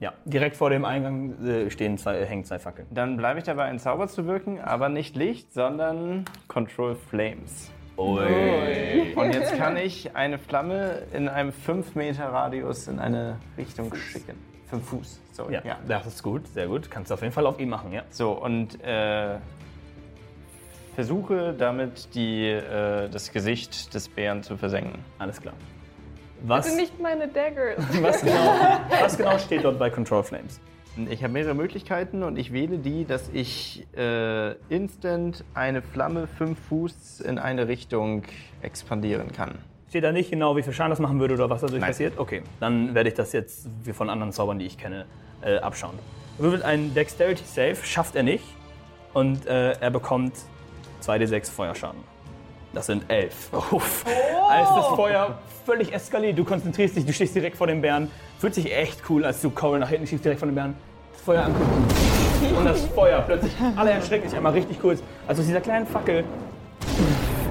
[SPEAKER 3] Ja, direkt vor dem Eingang äh, stehen zwei, äh, hängen zwei Fackeln.
[SPEAKER 9] Dann bleibe ich dabei, einen Zauber zu wirken, aber nicht Licht, sondern Control Flames. Und jetzt kann ich eine Flamme in einem 5 Meter Radius in eine Richtung schicken. 5 Fuß, sorry.
[SPEAKER 3] Ja, das ist gut, sehr gut. Kannst du auf jeden Fall auf ihn machen, ja.
[SPEAKER 9] So, und äh, versuche damit die, äh, das Gesicht des Bären zu versenken.
[SPEAKER 3] Alles klar. Was,
[SPEAKER 6] Sind nicht meine Daggers.
[SPEAKER 3] was, genau, was genau steht dort bei Control Flames?
[SPEAKER 9] Ich habe mehrere Möglichkeiten und ich wähle die, dass ich äh, instant eine Flamme 5 Fuß in eine Richtung expandieren kann.
[SPEAKER 3] Steht da nicht genau, wie viel Schaden das machen würde oder was dadurch
[SPEAKER 9] Nein.
[SPEAKER 3] passiert? Okay, dann werde ich das jetzt wie von anderen Zaubern, die ich kenne, äh, abschauen. Er Würfelt einen Dexterity Save, schafft er nicht. Und äh, er bekommt 2d6 Feuerschaden. Das sind 11. Uff. Als das Feuer völlig eskaliert, du konzentrierst dich, du stehst direkt vor dem Bären. Fühlt sich echt cool, als du Coral nach hinten schiebst, direkt vor dem Bären. Das Feuer angucken. Und das Feuer plötzlich. Alle erschrecken sich einmal richtig kurz. Also aus dieser kleinen Fackel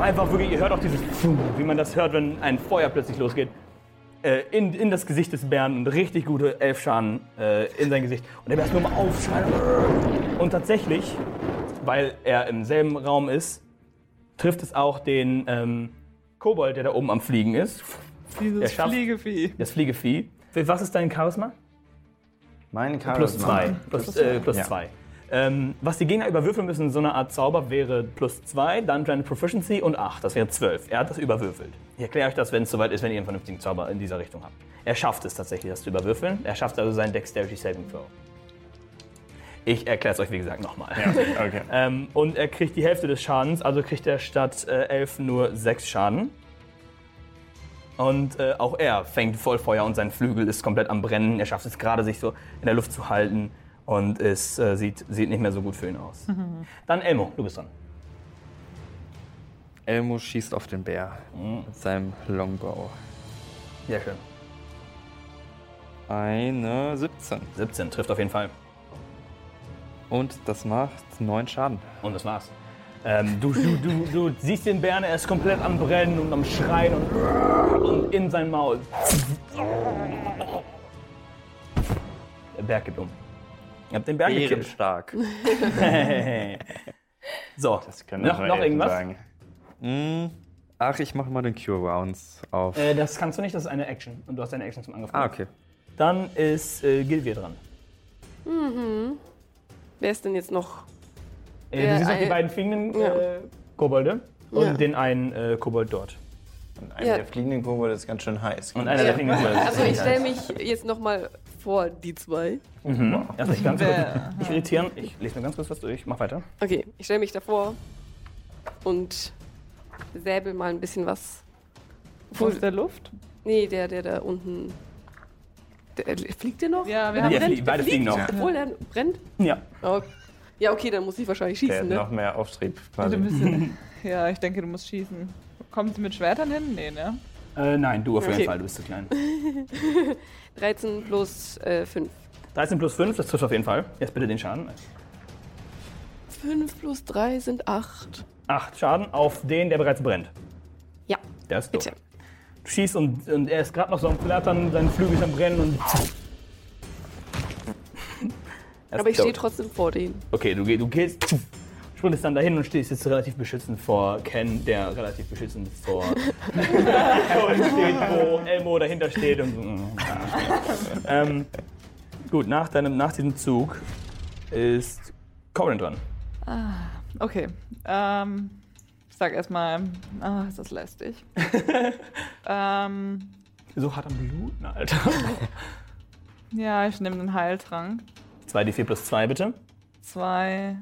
[SPEAKER 3] einfach wirklich, ihr hört auch dieses, Pfum, wie man das hört, wenn ein Feuer plötzlich losgeht, äh, in, in das Gesicht des Bären und richtig gute elf Schaden äh, in sein Gesicht. Und der Bär ist nur mal aufschreien. Und tatsächlich, weil er im selben Raum ist, trifft es auch den ähm, Kobold, der da oben am Fliegen ist. Er
[SPEAKER 5] Dieses
[SPEAKER 3] schafft-
[SPEAKER 5] Fliegevieh.
[SPEAKER 3] Das Fliegevieh. Für Was ist dein Charisma?
[SPEAKER 9] Mein Charisma.
[SPEAKER 3] Plus zwei. Plus, äh, plus
[SPEAKER 9] Ja.
[SPEAKER 3] zwei. Ähm, was die Gegner überwürfeln müssen, so eine Art Zauber wäre plus zwei, dann deine Proficiency und acht. Das wäre zwölf. Er hat das überwürfelt. Ich erkläre euch das, wenn es soweit ist, wenn ihr einen vernünftigen Zauber in dieser Richtung habt. Er schafft es tatsächlich, das zu überwürfeln. Er schafft also seinen Dexterity Saving Throw. Ich erkläre es euch, wie gesagt, nochmal.
[SPEAKER 9] Okay.
[SPEAKER 3] Ähm, und er kriegt die Hälfte des Schadens, also kriegt er statt äh, 11 nur 6 Schaden. Und äh, auch er fängt voll Feuer und sein Flügel ist komplett am Brennen. Er schafft es gerade, sich so in der Luft zu halten und es äh, sieht, sieht nicht mehr so gut für ihn aus. Dann Elmo, du bist dran.
[SPEAKER 8] Elmo schießt auf den Bär
[SPEAKER 9] Mhm.
[SPEAKER 8] mit seinem Longbow.
[SPEAKER 3] Sehr schön.
[SPEAKER 8] Eine 17.
[SPEAKER 3] 17 trifft auf jeden Fall.
[SPEAKER 8] Und das macht 9 Schaden.
[SPEAKER 3] Und das war's. Ähm, du, du, du, du siehst den Bären, er ist komplett am Brennen und am Schreien und, und in sein Maul. Der Berg gibt um. Ihr habt den Berg gekippt.
[SPEAKER 8] stark.
[SPEAKER 3] So, noch, noch irgendwas?
[SPEAKER 8] Hm. Ach, ich mache mal den Cure Rounds auf.
[SPEAKER 3] Äh, das kannst du nicht, das ist eine Action. Und du hast eine Action zum Angriff.
[SPEAKER 8] ah, okay.
[SPEAKER 3] Dann ist äh, Gilvir dran.
[SPEAKER 7] Wer ist denn jetzt noch?
[SPEAKER 3] Äh,
[SPEAKER 7] Äh,
[SPEAKER 3] du siehst auch die
[SPEAKER 7] äh,
[SPEAKER 3] beiden fliegenden äh, Kobolde und
[SPEAKER 7] Ja.
[SPEAKER 3] den einen äh, Kobold dort.
[SPEAKER 9] Und einem
[SPEAKER 7] Ja.
[SPEAKER 9] der fliegenden Kobold ist ganz schön heiß.
[SPEAKER 3] Und einer der fliegenden Kobolde.
[SPEAKER 7] Also ich stelle mich jetzt nochmal vor die zwei.
[SPEAKER 3] Lass mich ganz
[SPEAKER 7] Äh,
[SPEAKER 3] kurz nicht irritieren. Ich lese mir ganz kurz was durch. Mach weiter.
[SPEAKER 7] Okay, ich stelle mich davor und säbel mal ein bisschen was.
[SPEAKER 5] Aus der Luft?
[SPEAKER 7] Nee, der, der da unten. Der, fliegt der noch?
[SPEAKER 5] Ja, wir
[SPEAKER 7] Der
[SPEAKER 5] haben-
[SPEAKER 3] Ja,
[SPEAKER 7] brennt,
[SPEAKER 3] flie-
[SPEAKER 7] der
[SPEAKER 3] beide fliegen noch.
[SPEAKER 7] Obwohl er brennt?
[SPEAKER 3] Ja.
[SPEAKER 7] Oh, ja, okay, dann muss ich wahrscheinlich
[SPEAKER 9] Der
[SPEAKER 7] schießen,
[SPEAKER 9] hat
[SPEAKER 7] ne?
[SPEAKER 9] noch mehr Auftrieb
[SPEAKER 5] Du
[SPEAKER 9] quasi.
[SPEAKER 5] bist ja, ich denke, du musst schießen. Kommen sie mit Schwertern hin? Nee, ne?
[SPEAKER 3] Äh, nein, du auf jeden
[SPEAKER 7] Okay.
[SPEAKER 3] Fall, du bist zu klein.
[SPEAKER 7] 13 plus äh, 5.
[SPEAKER 3] 13 plus 5, das trifft auf jeden Fall. Jetzt bitte den Schaden.
[SPEAKER 7] 5 plus 3 sind 8.
[SPEAKER 3] 8 Schaden auf den, der bereits brennt.
[SPEAKER 7] Ja,
[SPEAKER 3] Der ist tot.
[SPEAKER 7] bitte.
[SPEAKER 3] Du schießt und, und er ist gerade noch so am Flattern, seine Flügel ist am Brennen und. Er ist
[SPEAKER 7] Aber ich stehe
[SPEAKER 3] tot.
[SPEAKER 7] trotzdem vor denen.
[SPEAKER 3] Okay, du, geh- du gehst, tschuff, sprintest dann dahin und stehst jetzt relativ beschützend vor Ken, der relativ beschützend vor Owen steht, wo Elmo dahinter steht. Und so. ähm, gut, nach, deinem, nach diesem Zug ist Corin dran.
[SPEAKER 5] Okay. Ähm, ich sag erstmal, ah, ist das lästig. ähm,
[SPEAKER 3] So hart am Bluten, Alter.
[SPEAKER 5] ja, ich nehme den Heiltrank.
[SPEAKER 3] 2d4 plus 2 bitte.
[SPEAKER 5] Zwei,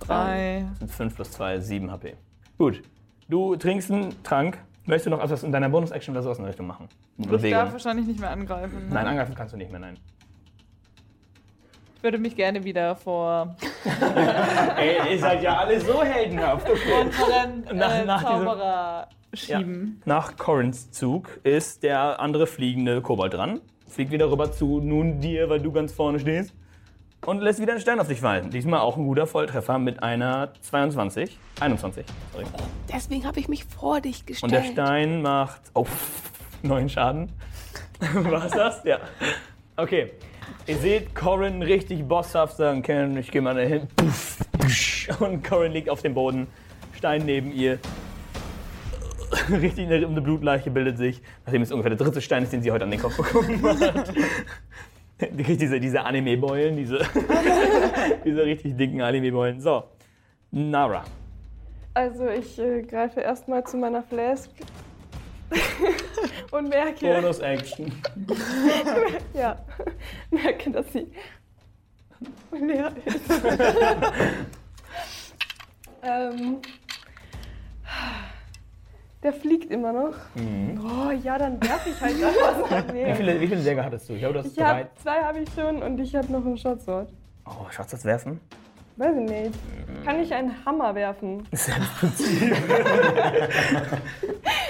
[SPEAKER 5] drei.
[SPEAKER 3] Das sind 5 plus 2, 7 HP. Gut, du trinkst einen Trank. Möchtest du noch etwas in deiner Bonus-Action oder sowas in der Richtung machen?
[SPEAKER 5] Ich darf wahrscheinlich nicht mehr angreifen. ne?
[SPEAKER 3] Nein, angreifen kannst du nicht mehr, nein.
[SPEAKER 5] Ich würde mich gerne wieder vor
[SPEAKER 3] Ey, ihr seid ja alle so heldenhaft. Okay.
[SPEAKER 5] unseren äh,
[SPEAKER 3] Nach- nach diesem-
[SPEAKER 5] Zauberer schieben.
[SPEAKER 3] Nach Corins Zug ist der andere fliegende Kobold dran. Fliegt wieder rüber zu nun dir, weil du ganz vorne stehst. Und lässt wieder einen Stern auf dich fallen. Diesmal auch ein guter Volltreffer mit einer 22. 21, sorry.
[SPEAKER 7] Deswegen habe ich mich vor dich
[SPEAKER 3] Und
[SPEAKER 7] gestellt.
[SPEAKER 3] der Stein macht auf neun Schaden. Was das? Ja. Okay. Ihr seht Corin richtig bosshaft sagen, Ken, ich gehe mal dahin. Puff, pusch. Und Corin liegt auf dem Boden, Stein neben ihr. Richtig eine, eine Blutleiche bildet sich, nachdem es ungefähr der dritte Stein ist, den sie heute an den Kopf bekommen hat. Die kriegt diese, diese Anime-Beulen, diese, diese richtig dicken Anime-Beulen. So, Nara.
[SPEAKER 6] Also ich äh, greife erstmal zu meiner Flask und merke,
[SPEAKER 3] Oh, Bonus-Action.
[SPEAKER 6] ja, merke, dass sie leer ist. ähm, der fliegt immer noch. Oh ja, dann werfe ich halt noch was
[SPEAKER 3] Mhm. Wie
[SPEAKER 6] daneben.
[SPEAKER 3] viele, wie viele Säge hattest du? Ich glaube, das ist
[SPEAKER 6] Ich
[SPEAKER 3] drei.
[SPEAKER 6] hab, zwei habe ich schon und ich habe noch ein Shotsword.
[SPEAKER 3] Oh, Schatz, das werfen?
[SPEAKER 6] Weiß ich nicht.
[SPEAKER 3] Äh.
[SPEAKER 6] Kann ich einen Hammer werfen?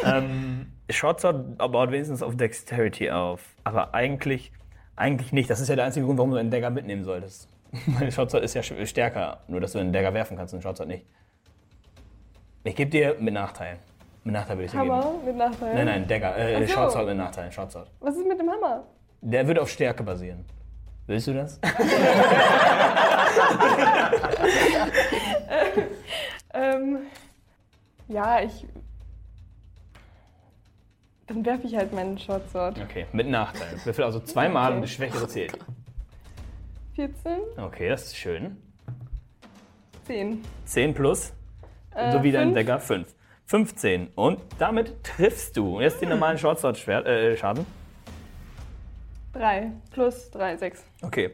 [SPEAKER 3] Ähm, Shortsword baut wenigstens auf Dexterity auf. Aber eigentlich, eigentlich nicht. Das ist ja der einzige Grund, warum du einen Dagger mitnehmen solltest. Weil Shortsword ist ja sch- stärker. Nur, dass du einen Dagger werfen kannst und Shortsword nicht. Ich gebe dir mit Nachteil. Mit Nachteil würde ich dir geben.
[SPEAKER 6] Hammer mit Nachteil.
[SPEAKER 3] Nein, nein, Dagger. Äh,
[SPEAKER 6] Ach so.
[SPEAKER 3] Shortsword mit Nachteil. Shortsword.
[SPEAKER 6] Was ist mit dem Hammer?
[SPEAKER 3] Der wird auf Stärke basieren. Willst du das?
[SPEAKER 6] Ähm, ja, ich. Dann werfe ich halt meinen Shortsword.
[SPEAKER 3] Okay, mit Nachteil. Würfel also zweimal und die Schwächere zählt.
[SPEAKER 6] 14,
[SPEAKER 3] Okay, das ist schön.
[SPEAKER 6] 10.
[SPEAKER 3] 10 plus.
[SPEAKER 6] Äh,
[SPEAKER 3] So wie dein
[SPEAKER 6] fünf.
[SPEAKER 3] Decker 5. 15. Und damit triffst du. Und Jetzt den normalen Shortsword-Schaden. Äh, Schaden.
[SPEAKER 6] 3 plus 3, 6.
[SPEAKER 3] okay.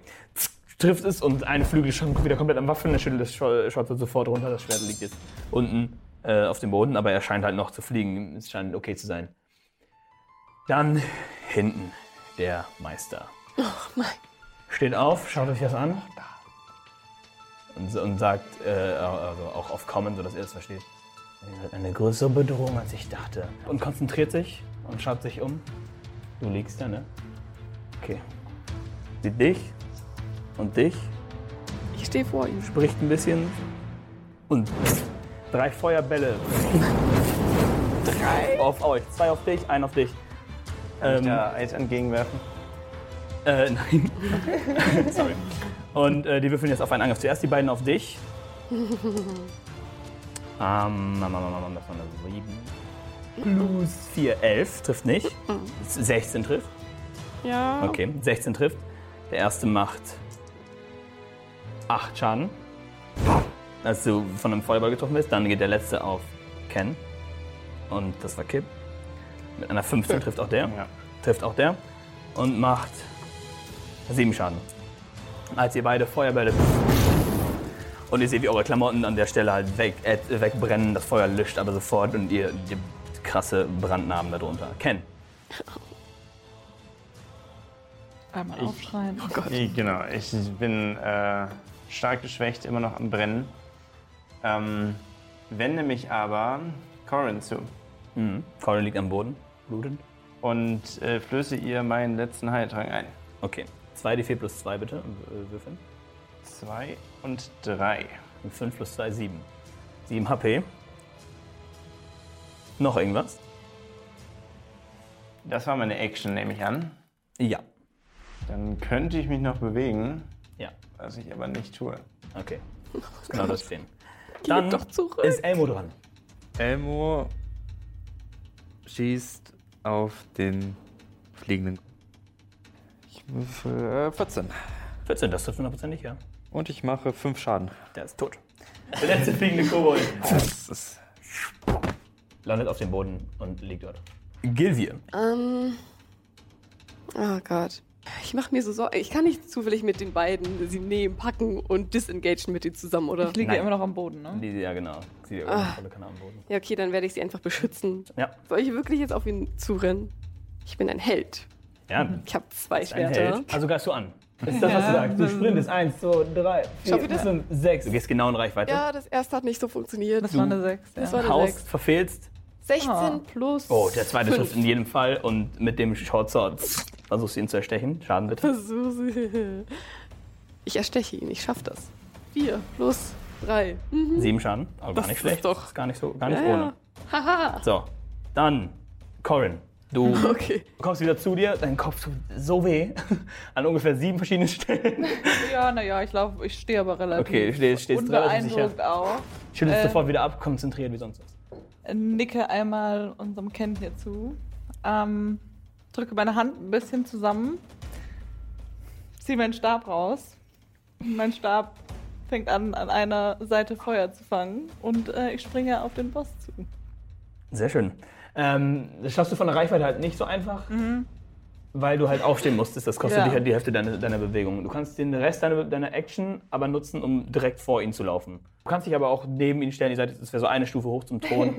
[SPEAKER 3] Trifft es und eine Flügel schon wieder komplett am Waffeln. Er schüttelt das Scho- Shortsword sofort runter. Das Schwert liegt jetzt unten äh, auf dem Boden, aber er scheint halt noch zu fliegen. Es scheint okay zu sein. Dann hinten der Meister. Steht auf, schaut euch das an. Und, und sagt, äh, also auch auf Common, sodass ihr das versteht. Ihr seid eine größere Bedrohung, als ich dachte. Und konzentriert sich und schaut sich um. Du liegst da, ne? Okay. Sieht dich und dich,
[SPEAKER 7] Ich stehe vor ihm.
[SPEAKER 3] spricht ein bisschen und drei Feuerbälle. Drei? Auf euch. Zwei auf dich, ein auf dich. Ähm,
[SPEAKER 9] Ja, Eis entgegenwerfen.
[SPEAKER 3] Äh, nein. Sorry. Und äh, die würfeln jetzt auf einen Angriff. Zuerst die beiden auf dich. Ähm, mam, mam, mam, mam, das waren da sieben. Plus 4, 11 trifft nicht. 16 trifft.
[SPEAKER 7] Ja.
[SPEAKER 3] Okay, 16 trifft. Der erste macht 8 Schaden, als du von einem Feuerball getroffen bist. Dann geht der letzte auf Ken. Und das war Kip. Mit einer 15 trifft auch der. Trifft auch der. Und macht 7 Schaden. Als ihr beide Feuerbälle. Und ihr seht, wie eure Klamotten an der Stelle halt weg, äh, wegbrennen. Das Feuer löscht aber sofort und ihr, ihr krasse Brandnarben darunter. Ken.
[SPEAKER 5] Einmal
[SPEAKER 3] Oh
[SPEAKER 5] aufschreien.
[SPEAKER 9] Ich, genau, ich bin äh, stark geschwächt, immer noch am Brennen. Ähm, wende mich aber Corin zu
[SPEAKER 3] Mhm. Corin liegt am Boden. Blutend.
[SPEAKER 9] und äh, flöße ihr meinen letzten Heiltrank ein.
[SPEAKER 3] Okay. 2d4 plus 2 bitte äh, würfeln.
[SPEAKER 9] Zwei und drei.
[SPEAKER 3] Und 5 plus 2, 7. 7 HP. Noch irgendwas?
[SPEAKER 9] Das war meine Action, nehme ich an.
[SPEAKER 3] Ja.
[SPEAKER 9] Dann könnte ich mich noch bewegen.
[SPEAKER 3] Ja.
[SPEAKER 9] was ich aber nicht tue.
[SPEAKER 3] Okay. Genau das stehen. Dann
[SPEAKER 7] doch zurück.
[SPEAKER 3] ist Elmo dran.
[SPEAKER 8] Elmo schießt auf den fliegenden. Ich würfel äh, 14.
[SPEAKER 3] 14, das trifft hundertprozentig, ja.
[SPEAKER 8] Und ich mache 5 Schaden.
[SPEAKER 3] Der ist tot. Der letzte fliegende Kobold
[SPEAKER 8] Das ist
[SPEAKER 3] landet auf dem Boden und liegt dort. Gilvie.
[SPEAKER 7] Ähm. Oh Gott. Ich mache mir so Sorgen. Ich kann nicht zufällig mit den beiden sie nehmen, packen und disengagen mit denen zusammen, oder?
[SPEAKER 5] Ich liege
[SPEAKER 3] Nein.
[SPEAKER 5] immer noch am Boden, ne?
[SPEAKER 3] Die, ja, genau. Sie die ah. volle Kanne am Boden.
[SPEAKER 7] Ja, okay, dann werde ich sie einfach beschützen.
[SPEAKER 3] Ja.
[SPEAKER 7] Soll ich wirklich jetzt auf ihn zurennen? Ich bin ein Held.
[SPEAKER 3] Ja,
[SPEAKER 7] Ich habe zwei
[SPEAKER 3] ein
[SPEAKER 7] Schwerter.
[SPEAKER 3] Held. Also greifst du an. Das ist das, was du sagst. Du sprintest. Eins, zwei, drei,
[SPEAKER 7] Schaffe
[SPEAKER 3] vier,
[SPEAKER 7] ich das?
[SPEAKER 3] fünf, sechs. Du gehst genau in Reichweite.
[SPEAKER 7] Ja, das erste hat nicht so funktioniert.
[SPEAKER 5] Das war eine 6.
[SPEAKER 7] Das
[SPEAKER 5] ja.
[SPEAKER 7] war eine
[SPEAKER 3] Haust,
[SPEAKER 7] sechs.
[SPEAKER 3] verfehlst.
[SPEAKER 7] 16 plus.
[SPEAKER 3] Oh, der zweite
[SPEAKER 7] fünf.
[SPEAKER 3] trifft in jedem Fall und mit dem Short Sword versuchst du ihn zu erstechen. Schaden bitte.
[SPEAKER 7] Versuche. Ich ersteche ihn, ich schaffe das. 4 plus 3.
[SPEAKER 3] Sieben Schaden. Aber gar
[SPEAKER 7] Das
[SPEAKER 3] nicht
[SPEAKER 7] ist
[SPEAKER 3] schlecht.
[SPEAKER 7] doch-
[SPEAKER 3] Ist gar nicht so, gar nicht
[SPEAKER 7] Ja,
[SPEAKER 3] ohne.
[SPEAKER 7] ja. Haha.
[SPEAKER 3] So, dann Corin. Du
[SPEAKER 7] Okay.
[SPEAKER 3] kommst wieder zu dir, dein Kopf tut so weh. An ungefähr sieben verschiedenen Stellen.
[SPEAKER 5] Ja, naja, ich laufe, ich stehe aber relativ
[SPEAKER 3] Okay, du stehst- stehst relativ sicher.
[SPEAKER 5] unbeeindruckt auf.
[SPEAKER 3] Schüttelst
[SPEAKER 7] Ähm.
[SPEAKER 5] Äh.
[SPEAKER 3] sofort wieder ab, konzentriert wie sonst was.
[SPEAKER 5] Nicke einmal unserem Ken hier zu. Ähm, drücke meine Hand ein bisschen zusammen. Ziehe meinen Stab raus. Mein Stab fängt an, an einer Seite Feuer zu fangen. Und äh, ich springe auf den Boss zu.
[SPEAKER 3] Sehr schön. Ähm, das schaffst du von der Reichweite halt nicht so einfach, weil du halt aufstehen musstest. Das kostet
[SPEAKER 5] Mhm. Ja.
[SPEAKER 3] dich halt die Hälfte deiner, deiner Bewegung. Du kannst den Rest deiner, deiner Action aber nutzen, um direkt vor ihn zu laufen. Du kannst dich aber auch neben ihn stellen. Ihr seid, es wäre so eine Stufe hoch zum Thron.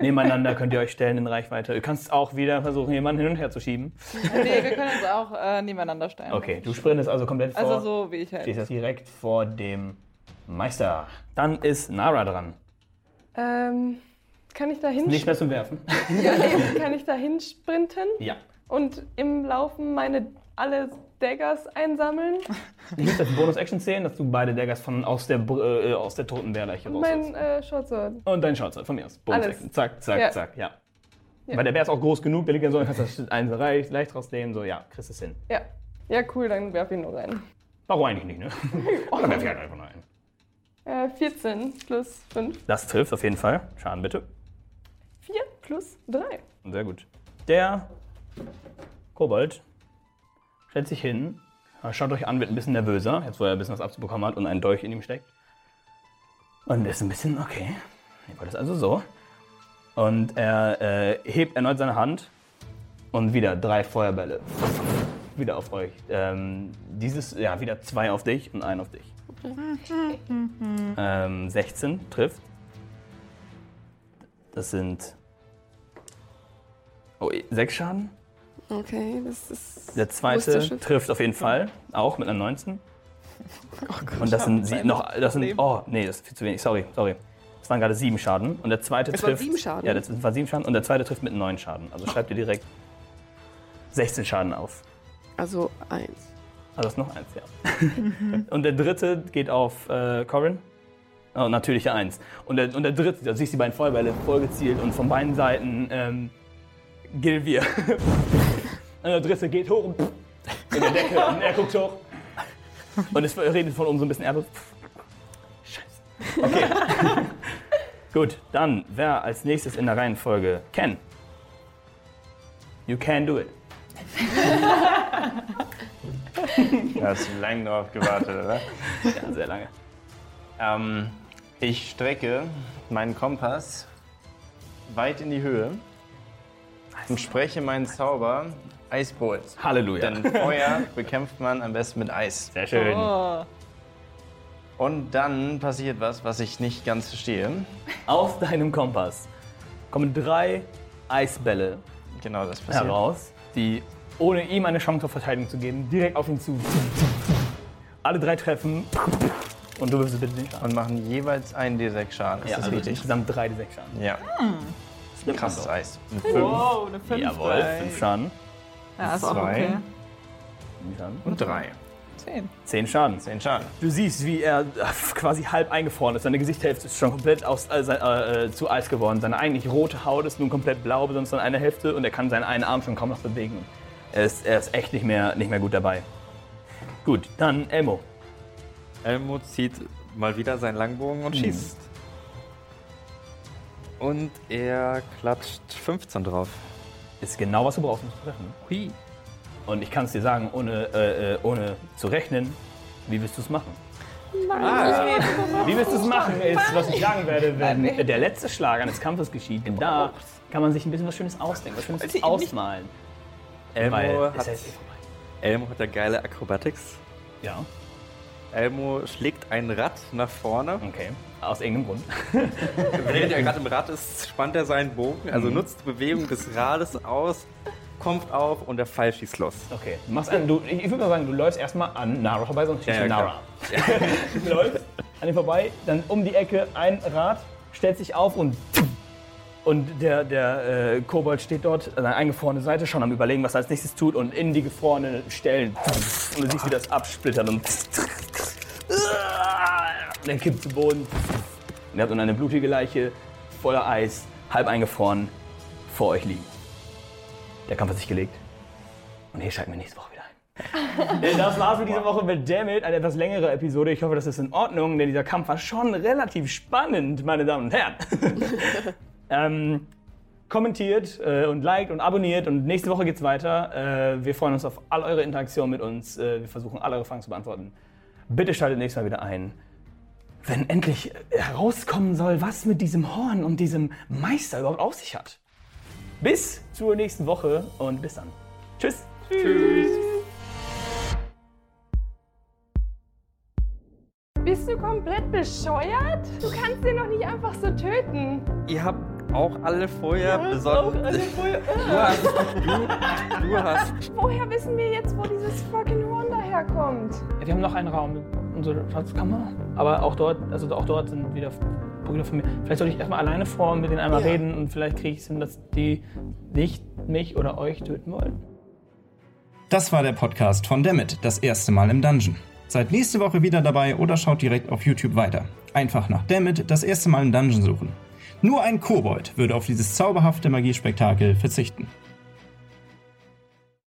[SPEAKER 3] Nebeneinander könnt ihr euch stellen in Reichweite. Du kannst auch wieder versuchen, jemanden hin und her zu schieben.
[SPEAKER 5] Nee, wir können uns auch äh, nebeneinander stellen.
[SPEAKER 3] Okay, du sprintest also komplett vor.
[SPEAKER 5] Also so wie ich
[SPEAKER 3] Stehst
[SPEAKER 5] halt.
[SPEAKER 3] jetzt direkt vor dem Meister. Dann ist Nara dran.
[SPEAKER 6] Ähm, kann ich da
[SPEAKER 3] Nicht
[SPEAKER 6] hinsprinten?
[SPEAKER 3] mehr zum Werfen.
[SPEAKER 6] Kann ich da hinsprinten
[SPEAKER 3] Ja.
[SPEAKER 6] und im Laufen meine alle Daggers einsammeln?
[SPEAKER 3] Ich muss das Bonus-Action zählen, dass du beide Daggers von aus der, Br- äh, aus der toten Bärleiche
[SPEAKER 6] Und
[SPEAKER 3] rausholst.
[SPEAKER 6] mein äh, Shortsword.
[SPEAKER 3] Und dein Shortsword von mir aus. Bonus-Action.
[SPEAKER 6] Alles.
[SPEAKER 3] Zack, zack,
[SPEAKER 6] Ja.
[SPEAKER 3] zack, ja.
[SPEAKER 6] Ja.
[SPEAKER 3] Weil der Bär ist auch groß genug, der liegt dann so, dann kannst du das eins leicht, leicht rausnehmen, so, ja, kriegst es hin.
[SPEAKER 6] Ja. Ja, cool, dann werf ihn nur rein.
[SPEAKER 3] Warum eigentlich nicht, ne? Oder werf ich halt einfach nur ein.
[SPEAKER 6] Äh, 14 plus 5.
[SPEAKER 3] Das trifft auf jeden Fall. Schaden bitte.
[SPEAKER 6] 4 plus 3.
[SPEAKER 3] Sehr gut. Der Kobold stellt sich hin, schaut euch an, wird ein bisschen nervöser, jetzt wo er ein bisschen was abzubekommen hat und ein Dolch in ihm steckt. Und ist ein bisschen, okay, ich wollte es also so. Und er äh, hebt erneut seine Hand und wieder drei Feuerbälle. Wieder auf euch. Ähm, dieses, ja, wieder zwei auf dich und einen auf dich. ähm, 16 trifft. Das sind oh, sechs Schaden.
[SPEAKER 7] Okay, das ist.
[SPEAKER 3] Der zweite
[SPEAKER 7] Musste-
[SPEAKER 3] trifft auf jeden Fall, auch mit einer 19.
[SPEAKER 7] Oh
[SPEAKER 3] und das sind sie noch, das sind, oh, nee, das ist viel zu wenig, sorry, sorry. Das waren gerade sieben Schaden. Und der zweite
[SPEAKER 7] Es waren
[SPEAKER 3] trifft.
[SPEAKER 7] sieben Schaden?
[SPEAKER 3] Ja, das war sieben Schaden. Und der zweite trifft mit neun Schaden. Also schreibt ihr direkt 16 Schaden auf.
[SPEAKER 7] Also eins.
[SPEAKER 3] Also ist noch eins, ja. und der dritte geht auf äh, Corin. Oh, natürlich der eins. Und der, und der dritte, da siehst du die beiden Feuerbälle vollgezielt und von beiden Seiten ähm, Gilvir. und der dritte geht hoch und in der Decke und er guckt hoch. Und es redet von oben so ein bisschen Erbe. Scheiße. Okay. Gut, dann wer als nächstes in der Reihenfolge? Ken. You can do it.
[SPEAKER 9] Da hast du lange drauf gewartet, oder?
[SPEAKER 3] Ja, sehr lange.
[SPEAKER 9] Ähm, ich strecke meinen Kompass weit in die Höhe und spreche meinen Zauber Eisbolt.
[SPEAKER 3] Halleluja.
[SPEAKER 9] Denn Feuer bekämpft man am besten mit Eis.
[SPEAKER 3] Oh, Sehr schön.
[SPEAKER 5] Oh,
[SPEAKER 9] Und dann passiert was, was ich nicht ganz verstehe.
[SPEAKER 3] Auf deinem Kompass kommen drei Eisbälle
[SPEAKER 9] Genau das passiert.
[SPEAKER 3] heraus, die, ohne ihm eine Chance auf Verteidigung zu geben, direkt auf ihn zu. Alle drei treffen. Und du wirfst es bitte den Schaden.
[SPEAKER 9] Und machen jeweils einen D6 Schaden. Ist das
[SPEAKER 3] also
[SPEAKER 9] richtig?
[SPEAKER 3] Insgesamt drei, die sechs Schaden. Also,
[SPEAKER 9] Ja. Krasses Eis.
[SPEAKER 5] wow, eine 5.
[SPEAKER 3] Jawohl, fünf Schaden.
[SPEAKER 5] Ja, ist auch
[SPEAKER 9] Zwei.
[SPEAKER 5] okay.
[SPEAKER 3] Sieben Schaden.
[SPEAKER 9] Und drei.
[SPEAKER 5] 10.
[SPEAKER 3] Zehn Schaden.
[SPEAKER 9] Zehn Schaden.
[SPEAKER 3] Du siehst, wie er äh, quasi halb eingefroren ist. Seine Gesichtshälfte ist schon komplett aus, äh, sein- äh, äh, zu Eis geworden. Seine eigentlich rote Haut ist nun komplett blau, besonders an einer Hälfte. Und er kann seinen einen Arm schon kaum noch bewegen. Er ist, er ist echt nicht mehr, nicht mehr gut dabei. Gut, dann Elmo.
[SPEAKER 9] Elmo zieht mal wieder seinen Langbogen und schießt. Und er klatscht 15 drauf.
[SPEAKER 3] Ist genau, was du brauchst, um zu treffen.
[SPEAKER 9] Hui.
[SPEAKER 3] Und ich kann es dir sagen, ohne, äh, äh, ohne zu rechnen, wie willst du es machen?
[SPEAKER 9] Ah.
[SPEAKER 3] Wie willst du es machen, ist, was ich sagen werde, wenn der letzte Schlag eines Kampfes geschieht. Denn da kann man sich ein bisschen was Schönes ausdenken, was Schönes ausmalen.
[SPEAKER 9] Elmo
[SPEAKER 3] es heißt
[SPEAKER 9] hat,
[SPEAKER 3] eh vorbei.
[SPEAKER 9] Elmo hat ja geile Akrobatics.
[SPEAKER 3] Ja,
[SPEAKER 9] Elmo schlägt ein Rad nach vorne.
[SPEAKER 3] okay. Aus irgendeinem Grund.
[SPEAKER 9] Während er gerade im Rad ist, spannt er seinen Bogen, also nutzt die Bewegung des Rades aus, kommt auf und der Pfeil schießt los.
[SPEAKER 3] Okay. Du machst einen, du, ich würde mal sagen, du läufst erstmal an Nara vorbei, sonst schießt
[SPEAKER 9] Ja,
[SPEAKER 3] du
[SPEAKER 9] ja,
[SPEAKER 3] Nara. du läufst an ihm vorbei, dann um die Ecke, ein Rad, stellt sich auf und. Und der, der äh, Kobold steht dort an einer eingefrorenen Seite, schon am Überlegen, was er als nächstes tut, und in die gefrorenen Stellen. Und du siehst, wie das absplittert und. Dann kippt zu Boden. Und ihr habt dann eine blutige Leiche, voller Eis, halb eingefroren, vor euch liegen. Der Kampf hat sich gelegt. Und hier schalten wir nächste Woche wieder ein. Denn das war's für diese Woche mit Dammit, eine etwas längere Episode. Ich hoffe, das ist in Ordnung, denn dieser Kampf war schon relativ spannend, meine Damen und Herren. ähm, kommentiert äh, und liked und abonniert und nächste Woche geht's weiter. Äh, wir freuen uns auf all eure Interaktion mit uns. Äh, wir versuchen, alle eure Fragen zu beantworten. Bitte schaltet nächstes Mal wieder ein. Wenn endlich äh, herauskommen soll, was mit diesem Horn und diesem Meister überhaupt auf sich hat. Bis zur nächsten Woche und bis dann. Tschüss.
[SPEAKER 6] Bist du komplett bescheuert? Du kannst den noch nicht einfach so töten.
[SPEAKER 9] Ihr habt auch alle vorher besonnen. du, du hast
[SPEAKER 6] Woher wissen wir jetzt, wo dieses fucking Horn daherkommt?
[SPEAKER 4] Ja, wir haben noch einen Raum, unsere Schatzkammer. Aber auch dort, also auch dort sind wieder Brüder von mir. Vielleicht sollte ich erstmal alleine vor und mit denen einmal
[SPEAKER 11] Ja.
[SPEAKER 4] reden und vielleicht kriege ich es hin, dass die nicht mich oder euch töten wollen.
[SPEAKER 12] Das war der Podcast von Dammit, das erste Mal im Dungeon. Seid nächste Woche wieder dabei oder schaut direkt auf YouTube weiter. Einfach nach Dammit, das erste Mal im Dungeon suchen. Nur ein Kobold würde auf dieses zauberhafte Magiespektakel verzichten.